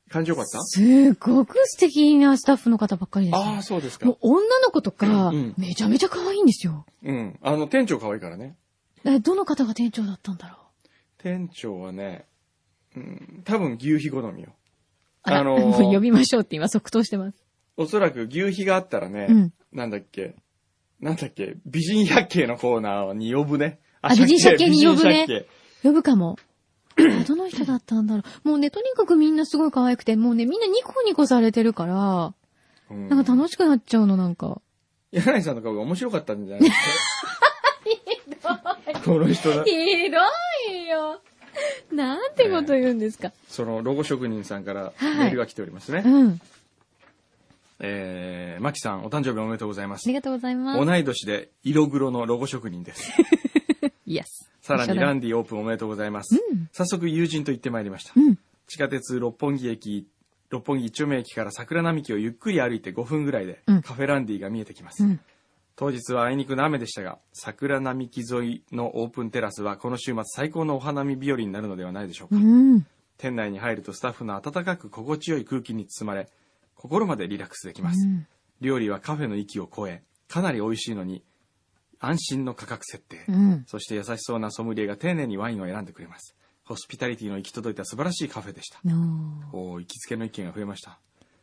[SPEAKER 1] 感じよかった
[SPEAKER 2] すごく素敵なスタッフの方ばっかりでした
[SPEAKER 1] ああ、
[SPEAKER 2] ね。
[SPEAKER 1] そうですか
[SPEAKER 2] もう。女の子とか、
[SPEAKER 1] うんうん
[SPEAKER 2] めちゃめちゃ可愛いんですよ。
[SPEAKER 1] うん。あの、店長可愛いからね。
[SPEAKER 2] えどの方が店長だったんだろう
[SPEAKER 1] 店長はね、うん、多分牛皮好みよ。
[SPEAKER 2] あら、
[SPEAKER 1] あのー
[SPEAKER 2] もう呼びましょうって今即答してます。
[SPEAKER 1] おそらく牛皮があったらね、
[SPEAKER 2] うん
[SPEAKER 1] なんだっけ、なんだっけ、美人百景のコーナーに呼ぶね。
[SPEAKER 2] あ美人百景に呼ぶね
[SPEAKER 1] 美人百景
[SPEAKER 2] 呼ぶかも。あどの人だったんだろう。もうね、とにかくみんなすごい可愛くて、もうね、みんなニコニコされてるから、
[SPEAKER 1] うん
[SPEAKER 2] なんか楽しくなっちゃうの、なんか。
[SPEAKER 1] 柳井さんの顔が面白かったんじゃ ないですかこの人だ。
[SPEAKER 2] ひどいよ。なんてこと言うんですか。
[SPEAKER 1] そのロゴ職人さんから
[SPEAKER 2] はい
[SPEAKER 1] メールが来ておりますね。
[SPEAKER 2] うん。
[SPEAKER 1] えー、マキさん、お誕生日おめでとうございま
[SPEAKER 2] あ
[SPEAKER 1] す
[SPEAKER 2] り。がとうございます。
[SPEAKER 1] 同い年で色黒のロゴ職人です。
[SPEAKER 2] イエス。
[SPEAKER 1] さらに
[SPEAKER 2] 一緒だ
[SPEAKER 1] ランディオープンおめでとうございます。早速友人と行ってまいりました。
[SPEAKER 2] ん
[SPEAKER 1] 地下鉄六本木駅、六本木一丁目駅から桜並木をゆっくり歩いて5分ぐらいで、
[SPEAKER 2] うん
[SPEAKER 1] カフェランディが見えてきます。
[SPEAKER 2] うん
[SPEAKER 1] 当日はあいにくの雨でしたが、桜並木沿いのオープンテラスはこの週末最高のお花見日和になるのではないでしょうか。
[SPEAKER 2] うん。
[SPEAKER 1] 店内に入るとスタッフの温かく心地よい空気に包まれ、心までリラックスできます。
[SPEAKER 2] うん
[SPEAKER 1] 料理はカフェの域を超え、かなり美味しいのに、安心の価格設定。
[SPEAKER 2] うん。
[SPEAKER 1] そして優しそうなソムリエが丁寧にワインを選んでくれます。ホスピタリティの行き届いた素晴らしいカフェでした。
[SPEAKER 2] の
[SPEAKER 1] おー行きつけの意見が増えました。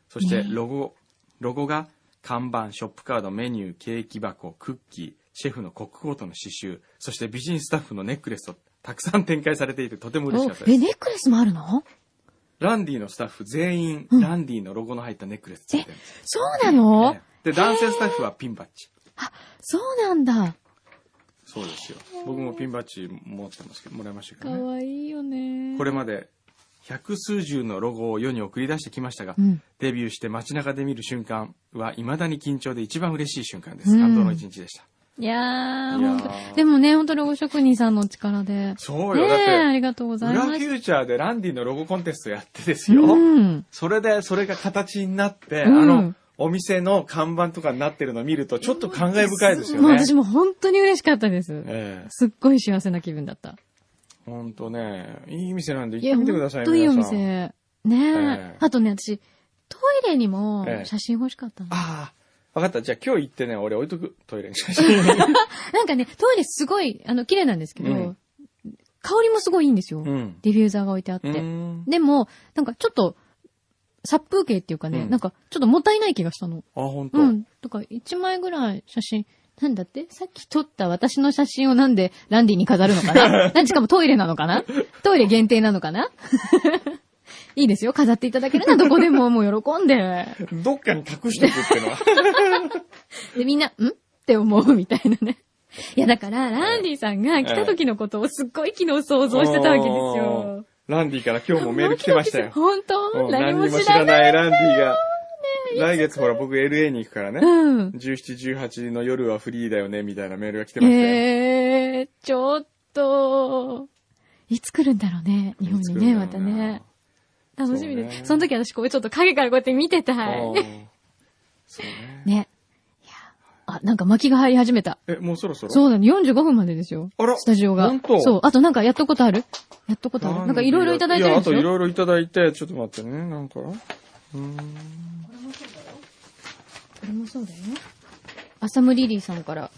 [SPEAKER 1] そして、ロゴ、ロゴが、看板、ショップカード、メニュー、ケーキ箱、クッキー、シェフのコックコートの刺繍、そして美人スタッフのネックレスと、たくさん展開されていてとても嬉し
[SPEAKER 2] お
[SPEAKER 1] かったで
[SPEAKER 2] え、
[SPEAKER 1] す。
[SPEAKER 2] ネックレスもあるの
[SPEAKER 1] ランディのスタッフ全員、ランディのロゴの入ったネックレスついてるんですよ
[SPEAKER 2] そうなの
[SPEAKER 1] ええで、男性スタッフはピンバッジ。
[SPEAKER 2] そうなんだ。
[SPEAKER 1] そうですよ。僕もピンバッジ持ってますけど、もらいましたけ
[SPEAKER 2] か
[SPEAKER 1] どね。
[SPEAKER 2] わいいよね。
[SPEAKER 1] これまで百数十のロゴを世に送り出してきましたが、
[SPEAKER 2] うん
[SPEAKER 1] デビューして街中で見る瞬間は未だに緊張で一番嬉しい瞬間です。
[SPEAKER 2] うん
[SPEAKER 1] 感動の一日でした。
[SPEAKER 2] いやー、
[SPEAKER 1] いや
[SPEAKER 2] ほ
[SPEAKER 1] ー
[SPEAKER 2] んと。でもね、ほんとロゴ職人さんの力で。
[SPEAKER 1] そう
[SPEAKER 2] ね
[SPEAKER 1] よ、だっ
[SPEAKER 2] え、あ
[SPEAKER 1] て、
[SPEAKER 2] りがとうござい
[SPEAKER 1] 裏フ
[SPEAKER 2] ま
[SPEAKER 1] ュ
[SPEAKER 2] す。
[SPEAKER 1] ーチャーでランディのロゴコンテストやってですよ。
[SPEAKER 2] うん。
[SPEAKER 1] それで、それが形になって、
[SPEAKER 2] うん
[SPEAKER 1] あの、お店の看板とかになってるのを見ると、ちょっと感慨深いですよ
[SPEAKER 2] もう
[SPEAKER 1] ね。
[SPEAKER 2] 私も本当に嬉しかったです。
[SPEAKER 1] ええ
[SPEAKER 2] すっごい幸せな気分だった。
[SPEAKER 1] ほんとね、いい店なんで
[SPEAKER 2] い
[SPEAKER 1] 行っ
[SPEAKER 2] や、
[SPEAKER 1] て
[SPEAKER 2] ほ
[SPEAKER 1] みてください
[SPEAKER 2] んといいお
[SPEAKER 1] 皆さん
[SPEAKER 2] 店。ねえ、
[SPEAKER 1] ええ
[SPEAKER 2] あとね、私、トイレにも
[SPEAKER 1] ええ
[SPEAKER 2] 写真欲しかったの。
[SPEAKER 1] ああ、わかった。じゃあ今日行ってね、俺置いとく。ト イレに写真。
[SPEAKER 2] なんかね、トイレすごい、あの、綺麗なんですけど、
[SPEAKER 1] うん
[SPEAKER 2] 香りもすごいいいんですよ。
[SPEAKER 1] うん。
[SPEAKER 2] ディフューザーが置いてあって。
[SPEAKER 1] うん
[SPEAKER 2] でも、なんかちょっと、殺風景っていうかね、
[SPEAKER 1] うん
[SPEAKER 2] なんかちょっともったいない気がしたの。
[SPEAKER 1] あ、本当。
[SPEAKER 2] うん。とか、一枚ぐらい写真、なんだってさっき撮った私の写真をなんでランディに飾るのか ななんしかもトイレなのかなトイレ限定なのかな いいですよ。飾っていただけるな、どこでも。もう喜んで。
[SPEAKER 1] どっかに隠しておくって いうのは。
[SPEAKER 2] で、みんな、んって思うみたいなね。いや、だから、ランディさんが来た時のことをすっごい昨日想像してたわけですよ。
[SPEAKER 1] おー。ランディから今日もメール来てましたよ。
[SPEAKER 2] 本
[SPEAKER 1] う
[SPEAKER 2] 当
[SPEAKER 1] ん
[SPEAKER 2] 何も
[SPEAKER 1] 何にも
[SPEAKER 2] 知
[SPEAKER 1] 知ら
[SPEAKER 2] らない。
[SPEAKER 1] ないランディが。来月ほら僕 LA に行くからね。
[SPEAKER 2] うん。
[SPEAKER 1] 17、18の夜はフリーだよね、みたいなメールが来てましたよ。
[SPEAKER 2] ええー、ちょっと、いつ来るんだろうね、日本にね、またね。楽しみです。
[SPEAKER 1] そう
[SPEAKER 2] その
[SPEAKER 1] ね
[SPEAKER 2] 時私こうちょっと影からこうやって見て
[SPEAKER 1] あ
[SPEAKER 2] たい。ね。
[SPEAKER 1] ーそうね。
[SPEAKER 2] いや、あ、なんか巻きが入り始めた。
[SPEAKER 1] え、もうそろそろ
[SPEAKER 2] そうだね、45分までですよ。
[SPEAKER 1] あら
[SPEAKER 2] スタジオが。
[SPEAKER 1] ほんと
[SPEAKER 2] そう、あとなんかやったことあるやったことあるなんかいろいろいただいてるんですよ。
[SPEAKER 1] いや、あといろいろいただいて、ちょっと待ってね、なんか。
[SPEAKER 2] これもそうだよ。アサムリリーさんから。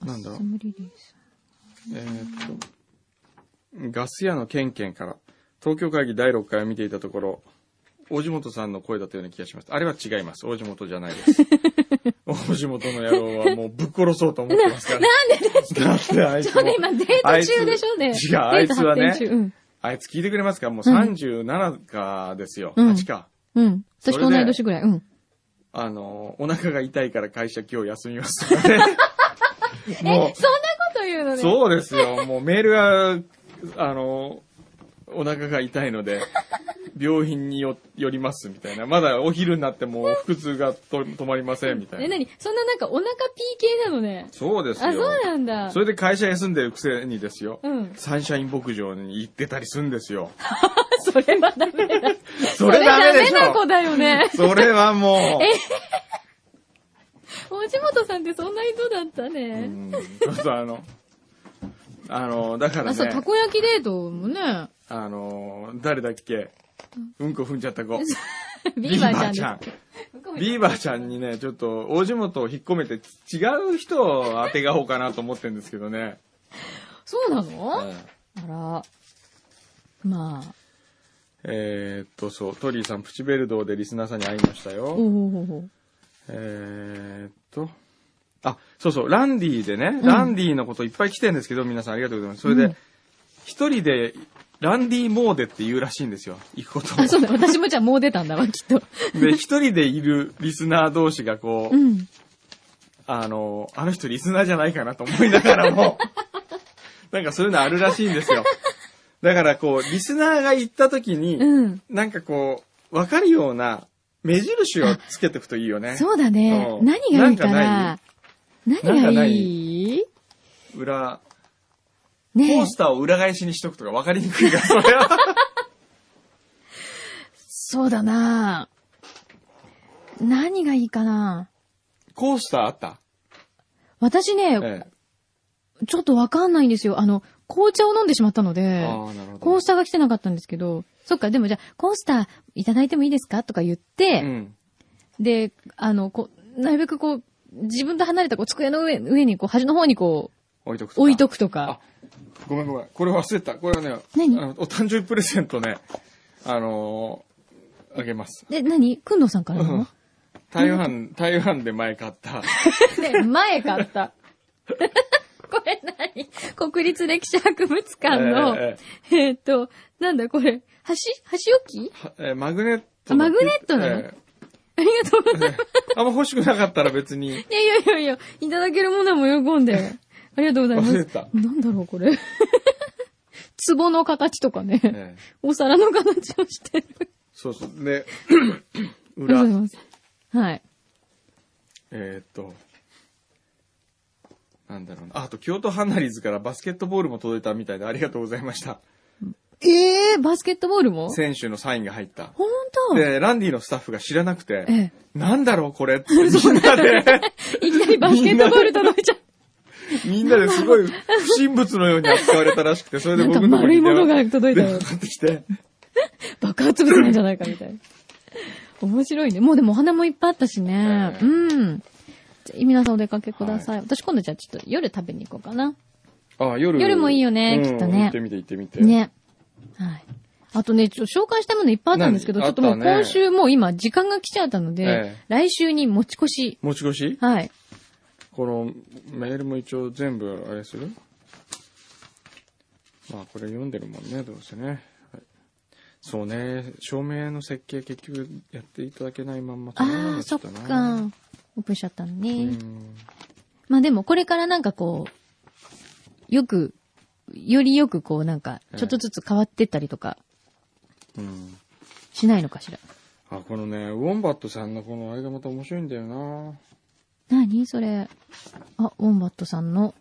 [SPEAKER 1] なんだ
[SPEAKER 2] アサムリリーさ
[SPEAKER 1] えーっと、ガス屋のケンケンから、東京会議第6回を見ていたところ、大地元さんの声だったような気がします。あれは違います。大地元じゃない です。大地元の野郎はもうぶっ殺そうと思ってますから。なんでですかだってあい
[SPEAKER 2] ん。
[SPEAKER 1] つ
[SPEAKER 2] ちょう
[SPEAKER 1] も
[SPEAKER 2] ど、今デート中でしょね。
[SPEAKER 1] あいつ違うあいつはね
[SPEAKER 2] デート発展中
[SPEAKER 1] あいつ聞いてくれますかもう
[SPEAKER 2] うん
[SPEAKER 1] 37かですよ。
[SPEAKER 2] うん
[SPEAKER 1] 8か。
[SPEAKER 2] うん。うん。
[SPEAKER 1] そ
[SPEAKER 2] 私
[SPEAKER 1] れで
[SPEAKER 2] と同い年ぐらい。うん。
[SPEAKER 1] あの、お腹が痛いから会社今日休みます とかね。
[SPEAKER 2] え、そんなこと言うのね。
[SPEAKER 1] そうですよ。もうメールが、あの、お腹が痛いの で、病院によ、寄りますみたいな。まだお昼になっても腹痛がと止まりませんみた
[SPEAKER 2] え、
[SPEAKER 1] いな。
[SPEAKER 2] なにそんななんかお腹 P 系なのね。
[SPEAKER 1] そうですよ。
[SPEAKER 2] あ、そうなんだ。
[SPEAKER 1] それで会社休んでるくせにですよ。
[SPEAKER 2] うん
[SPEAKER 1] サンシャイン牧場に行ってたりするんですよ。
[SPEAKER 2] それはダメだ。
[SPEAKER 1] それダメで
[SPEAKER 2] それダメ
[SPEAKER 1] し
[SPEAKER 2] な子
[SPEAKER 1] ょ
[SPEAKER 2] だよ ね。
[SPEAKER 1] それはも
[SPEAKER 2] 大地元さんってそんな人だった
[SPEAKER 1] う、う
[SPEAKER 2] ね。
[SPEAKER 1] ん、そうそうあの、あの、だから
[SPEAKER 2] あ、そう、た
[SPEAKER 1] ね、
[SPEAKER 2] こ焼きデートもね。
[SPEAKER 1] あの、誰だっけうんこ踏んじゃった子。
[SPEAKER 2] ビーバーち
[SPEAKER 1] ち
[SPEAKER 2] ゃ
[SPEAKER 1] ゃ
[SPEAKER 2] ん
[SPEAKER 1] ん
[SPEAKER 2] です。
[SPEAKER 1] ビーバーちゃんにね、ちょっと、大地元を引っ込めて、違う人を当てがおうかなと思ってるんですけどね。
[SPEAKER 2] そうなの、
[SPEAKER 1] うん
[SPEAKER 2] あら。まあ。
[SPEAKER 1] えーっと、そう、トリーさん、プチベルドーでリスナーさんに会いました
[SPEAKER 2] おお
[SPEAKER 1] よ。
[SPEAKER 2] おお
[SPEAKER 1] えーっと、あ、そうそう、ランディでね、ランディのこといっぱい来てるんですけど、皆さんありがとうございます。それ
[SPEAKER 2] う
[SPEAKER 1] で
[SPEAKER 2] ん、
[SPEAKER 1] 一人で、ランディモーデって言うらしいんですよ、行くこと
[SPEAKER 2] あ、そう
[SPEAKER 1] を。
[SPEAKER 2] だ。私もじゃあもう出たんだわ、きっと。
[SPEAKER 1] で、一人でいるリスナー同士がこう
[SPEAKER 2] う、ん。
[SPEAKER 1] あの、あの人リスナーじゃないかなと思いながら も、なんかそういうのあるらしいんですよ。だからこう、リスナーが行った時に、
[SPEAKER 2] うん。
[SPEAKER 1] なんかこう、わかるような目印をつけていくといいよね。
[SPEAKER 2] そうだね。
[SPEAKER 1] うん
[SPEAKER 2] 何がいいかな
[SPEAKER 1] なんかない
[SPEAKER 2] 何
[SPEAKER 1] なんか
[SPEAKER 2] が
[SPEAKER 1] ないい
[SPEAKER 2] い
[SPEAKER 1] 裏、
[SPEAKER 2] ね
[SPEAKER 1] コ
[SPEAKER 2] え
[SPEAKER 1] ースターを裏返しにしとくとかわかりにくいから、それ は。
[SPEAKER 2] そうだな何がいいかな
[SPEAKER 1] コースターあった
[SPEAKER 2] 私ね、
[SPEAKER 1] ええ。
[SPEAKER 2] ちょっとわかんないんですよ。あの、紅茶を飲んでしまったので、
[SPEAKER 1] ああ、なるほど。
[SPEAKER 2] コースターが来てなかったんですけど、そっか、でもじゃあ、コースターいただいてもいいですかとか言って、
[SPEAKER 1] うん。
[SPEAKER 2] で、あの、こう、なるべくこう、自分と離れたこう机の上上に、こう、端の方にこ
[SPEAKER 1] 置いとく
[SPEAKER 2] う、置いと
[SPEAKER 1] く。
[SPEAKER 2] くとか。
[SPEAKER 1] ごめんごめん。これ忘れてた。これはね、
[SPEAKER 2] 何
[SPEAKER 1] あのお誕生日プレゼントね、あのーあげます。
[SPEAKER 2] で、何くんのさんからな の
[SPEAKER 1] 台湾、台湾で前買った。
[SPEAKER 2] ね、前買った。 これ何国立歴史博物館の、え
[SPEAKER 1] え
[SPEAKER 2] ーっと、なんだこれ、箸箸置き
[SPEAKER 1] ええええマグネット
[SPEAKER 2] あマグネットなの
[SPEAKER 1] え
[SPEAKER 2] ありがとうございます。
[SPEAKER 1] えあんま欲しくなかったら別 に。
[SPEAKER 2] いやいやいやいや、いただけるものも喜んで。ありがとうございます。
[SPEAKER 1] 忘れてた
[SPEAKER 2] なんだろうこれ。 壺の形とかね、
[SPEAKER 1] ええ
[SPEAKER 2] お皿の形をしてる。
[SPEAKER 1] そうそう。 で、
[SPEAKER 2] ありが
[SPEAKER 1] 裏
[SPEAKER 2] とうござい、ます。はい。
[SPEAKER 1] えーっと、なんだろうな。ああと、京都ハンナリーズからバスケットボールも届いたみたいでありがとうございました。
[SPEAKER 2] ええバスケットボールも
[SPEAKER 1] 選手のサインが入った。
[SPEAKER 2] 本当
[SPEAKER 1] で、ランディのスタッフが知らなくて、
[SPEAKER 2] え
[SPEAKER 1] なんだろうこれってみん なで、
[SPEAKER 2] え。いきなりバスケットボール届 いちゃっ
[SPEAKER 1] みんなですごい不審物のように扱われたらしくて、それで
[SPEAKER 2] なんか
[SPEAKER 1] 僕のとこ
[SPEAKER 2] 丸
[SPEAKER 1] に
[SPEAKER 2] い
[SPEAKER 1] 電
[SPEAKER 2] もの
[SPEAKER 1] 話
[SPEAKER 2] が届いた
[SPEAKER 1] 電話
[SPEAKER 2] よ
[SPEAKER 1] か。かってきて、
[SPEAKER 2] 爆発物なんじゃないかみたいな。面白いね。もうでもお花もいっぱいあったしね。
[SPEAKER 1] ええ
[SPEAKER 2] うん。じゃあ皆さんお出かけください。私今度じゃあちょっと夜食べに行こうかな。
[SPEAKER 1] あ、夜。
[SPEAKER 2] 夜もいいよね
[SPEAKER 1] うん
[SPEAKER 2] きっとね
[SPEAKER 1] 行ってみて行ってみて。
[SPEAKER 2] ね。はい。あとね、ちょっと紹介したいものいっぱいあったんですけど、ちょ
[SPEAKER 1] 何
[SPEAKER 2] っともう
[SPEAKER 1] あったね
[SPEAKER 2] 今週もう今時間が来ちゃったので、
[SPEAKER 1] ええ
[SPEAKER 2] 来週に持ち越し。
[SPEAKER 1] 持ち越し
[SPEAKER 2] はい。
[SPEAKER 1] このメールも一応全部あれするまあこれ読んでるもんね、どうせね。はいそうね、照明の設計結局やっていただけないまんまとね
[SPEAKER 2] ああ、そっか。オープンしちゃったのね。
[SPEAKER 1] うん。
[SPEAKER 2] まあでもこれからなんかこう、よく、よりよくこうなんか、
[SPEAKER 1] ええ
[SPEAKER 2] ちょっとずつ変わってったりとか
[SPEAKER 1] うん。
[SPEAKER 2] しないのかしら。
[SPEAKER 1] あ、このね、ウォンバットさんのこのあれがまた面白いんだよな。
[SPEAKER 2] 何それ。あ、ウォンバットさんの、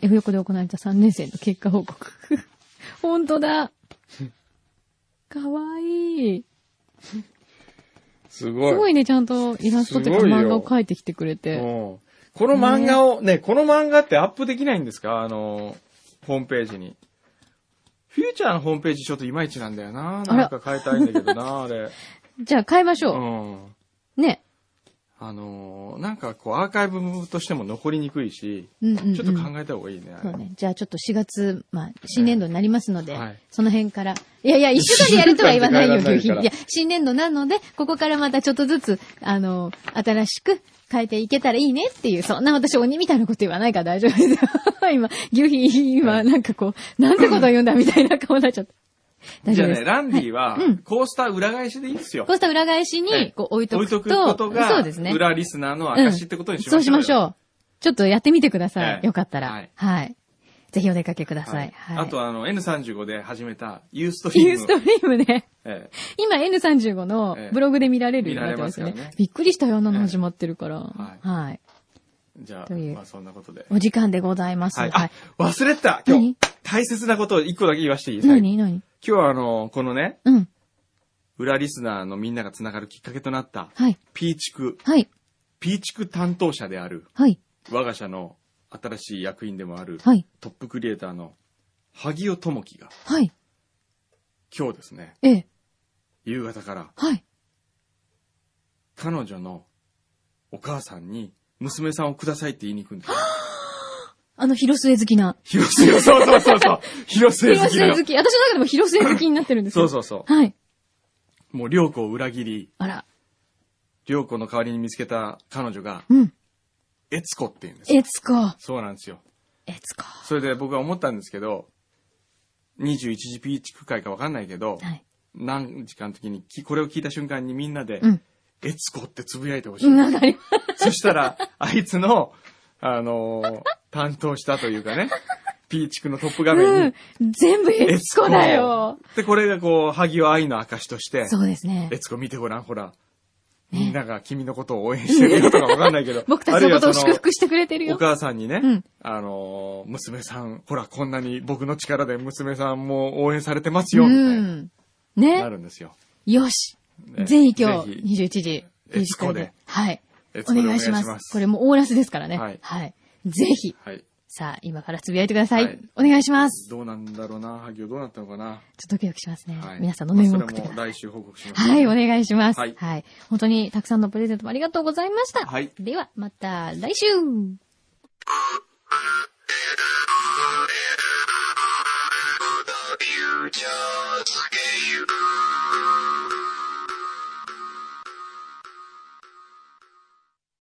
[SPEAKER 2] F 横で行われた3年生の結果報告。 ほんとだ。かわいい。
[SPEAKER 1] す
[SPEAKER 2] す
[SPEAKER 1] ごい。
[SPEAKER 2] ごいね、ちゃんとイラストとか
[SPEAKER 1] すごいよ
[SPEAKER 2] 漫画を描いてきてくれて。
[SPEAKER 1] うんこの漫画を、ね、この漫画ってアップできないんですかあの、ホームページに。フューチャーのホームページちょっといまいちなんだよな。
[SPEAKER 2] あら
[SPEAKER 1] なんか変えたいんだけどな、あれ。
[SPEAKER 2] じゃあ変えまし
[SPEAKER 1] う
[SPEAKER 2] ょ
[SPEAKER 1] ん。
[SPEAKER 2] う。ね。
[SPEAKER 1] あのー、なんかこうアーカイブとしても残りにくいし、
[SPEAKER 2] うんうん、うん。
[SPEAKER 1] ちょっと考えた方がいいね。あ
[SPEAKER 2] そ
[SPEAKER 1] れ
[SPEAKER 2] うね。じゃあちょっと4月、まあ、新年度になりますので、
[SPEAKER 1] はい
[SPEAKER 2] その辺から。いやいや、一週間でやるとは言わない よ、
[SPEAKER 1] 一週間
[SPEAKER 2] 牛
[SPEAKER 1] で帰
[SPEAKER 2] 皮。
[SPEAKER 1] らないから
[SPEAKER 2] いや、新年度なので、ここからまたちょっとずつ、あの、新しく変えていけたらいいねっていう、そんな私鬼みたいなこと言わないから大丈夫ですよ。 今、牛皮、今、なんかこう、なんてことを言うんだみたいな顔になっちゃった。大
[SPEAKER 1] じ
[SPEAKER 2] 丈
[SPEAKER 1] ゃ
[SPEAKER 2] 夫で
[SPEAKER 1] あ
[SPEAKER 2] す
[SPEAKER 1] ね、。ランディは、コースター裏返しでいいですよ
[SPEAKER 2] こ。うしたら裏返しに、こう置いと
[SPEAKER 1] 置
[SPEAKER 2] く
[SPEAKER 1] い
[SPEAKER 2] と、
[SPEAKER 1] とくことが、
[SPEAKER 2] そうですね。
[SPEAKER 1] 裏リスナーの証ってことにしましょう
[SPEAKER 2] そ
[SPEAKER 1] よ。
[SPEAKER 2] うしましょう。ちょっとやってみてください。
[SPEAKER 1] はい
[SPEAKER 2] よかったら、は
[SPEAKER 1] はいい。
[SPEAKER 2] ぜひお出かけくださ。
[SPEAKER 1] はいい。
[SPEAKER 2] はい。
[SPEAKER 1] あとあの、N35 で始めた、ユーストリーム。
[SPEAKER 2] ユーストリームね。
[SPEAKER 1] ええ
[SPEAKER 2] 今 N35 のブログで見られるようになってますね。
[SPEAKER 1] 見られますからね
[SPEAKER 2] びっくりしたよ、あんなの始まってるから。は。
[SPEAKER 1] はいいじゃ
[SPEAKER 2] という
[SPEAKER 1] あ、まあそんなことで。
[SPEAKER 2] お時間でございます。
[SPEAKER 1] は。
[SPEAKER 2] はいい。
[SPEAKER 1] あ、忘れてた今
[SPEAKER 2] 何
[SPEAKER 1] 日、大切なことを一個だけ言わせていい最後今
[SPEAKER 2] 何何
[SPEAKER 1] 日はあの、このね、
[SPEAKER 2] うん。
[SPEAKER 1] 裏リスナーのみんながつながるきっかけとなった、
[SPEAKER 2] はい。
[SPEAKER 1] ピーチク、
[SPEAKER 2] はい。
[SPEAKER 1] ピーチク担当者である、
[SPEAKER 2] はい。
[SPEAKER 1] 我が社の新しい役員でもある、
[SPEAKER 2] はい。
[SPEAKER 1] トップクリエイターの萩尾智樹が、
[SPEAKER 2] はい。
[SPEAKER 1] 今日ですね、
[SPEAKER 2] ええ。
[SPEAKER 1] 夕方から、
[SPEAKER 2] はい。
[SPEAKER 1] 彼女のお母さんに、娘さんをくださいって言いに行くんですよ。
[SPEAKER 2] あの、広末好きな。
[SPEAKER 1] 広末、そうそうそ うそう。広末好
[SPEAKER 2] 広
[SPEAKER 1] きな
[SPEAKER 2] 末
[SPEAKER 1] の
[SPEAKER 2] 好。き。私の中でも広末好きになってるんです
[SPEAKER 1] そう
[SPEAKER 2] よ。。
[SPEAKER 1] そうそう
[SPEAKER 2] はい。
[SPEAKER 1] う。もう、良子を裏切り、
[SPEAKER 2] あら。
[SPEAKER 1] 良子の代わりに見つけた彼女が、
[SPEAKER 2] うん。
[SPEAKER 1] エツコって言うんですよ。
[SPEAKER 2] えつこ。
[SPEAKER 1] そうなんですよ。
[SPEAKER 2] えつこ。
[SPEAKER 1] それで僕は思ったんですけど、21時ピーチ区会かわかんないけど、
[SPEAKER 2] はい。
[SPEAKER 1] 何時間の時にきこれを聞いた瞬間にみんなで、
[SPEAKER 2] うん。
[SPEAKER 1] エツコってつぶやいてほしい。
[SPEAKER 2] うん、わかり
[SPEAKER 1] そしたら、あいつの、あのー担当したというかね、ピーチクのトップ画
[SPEAKER 2] う
[SPEAKER 1] 面
[SPEAKER 2] ん。全部エツコだよ。
[SPEAKER 1] に。で、これがこう、萩尾愛の証として、
[SPEAKER 2] そうですね。。
[SPEAKER 1] エツコ見てごらん、ほら。みんなが君のことを応援してるよとかわかんないけど
[SPEAKER 2] 僕たちのことを祝福してくれて
[SPEAKER 1] あ
[SPEAKER 2] る
[SPEAKER 1] るいはそのお
[SPEAKER 2] よ。
[SPEAKER 1] 母さんにね、
[SPEAKER 2] うん
[SPEAKER 1] あのー、娘さん、ほら、こんなに僕の力で娘さんも応援されてますよ、
[SPEAKER 2] う
[SPEAKER 1] みたいな。
[SPEAKER 2] ん。
[SPEAKER 1] な
[SPEAKER 2] ね。
[SPEAKER 1] るんですよ。
[SPEAKER 2] よし。
[SPEAKER 1] ね
[SPEAKER 2] ぜひ今日
[SPEAKER 1] ぜひ
[SPEAKER 2] 21時、
[SPEAKER 1] エツコで
[SPEAKER 2] はい。
[SPEAKER 1] エツ
[SPEAKER 2] お
[SPEAKER 1] コでお
[SPEAKER 2] 願
[SPEAKER 1] 願
[SPEAKER 2] い
[SPEAKER 1] い
[SPEAKER 2] し
[SPEAKER 1] し
[SPEAKER 2] ま
[SPEAKER 1] ます
[SPEAKER 2] す。これもオーラスですからね。は
[SPEAKER 1] はいい。
[SPEAKER 2] ぜひ、
[SPEAKER 1] はい。
[SPEAKER 2] さあ、今からつぶやいてください。
[SPEAKER 1] はい
[SPEAKER 2] お願いします。
[SPEAKER 1] どうなんだろうな、萩尾どうなったのかな。
[SPEAKER 2] ちょっとドキドキしますね。
[SPEAKER 1] はい
[SPEAKER 2] 皆さんのメモを
[SPEAKER 1] まあ
[SPEAKER 2] 送っ
[SPEAKER 1] そ
[SPEAKER 2] て
[SPEAKER 1] れ
[SPEAKER 2] くだ
[SPEAKER 1] も
[SPEAKER 2] さい。
[SPEAKER 1] 来週報告します。
[SPEAKER 2] はい、お願いします。は
[SPEAKER 1] はいい。
[SPEAKER 2] 本当にたくさんのプレゼントもありがとうございました。
[SPEAKER 1] はい
[SPEAKER 2] では、また来週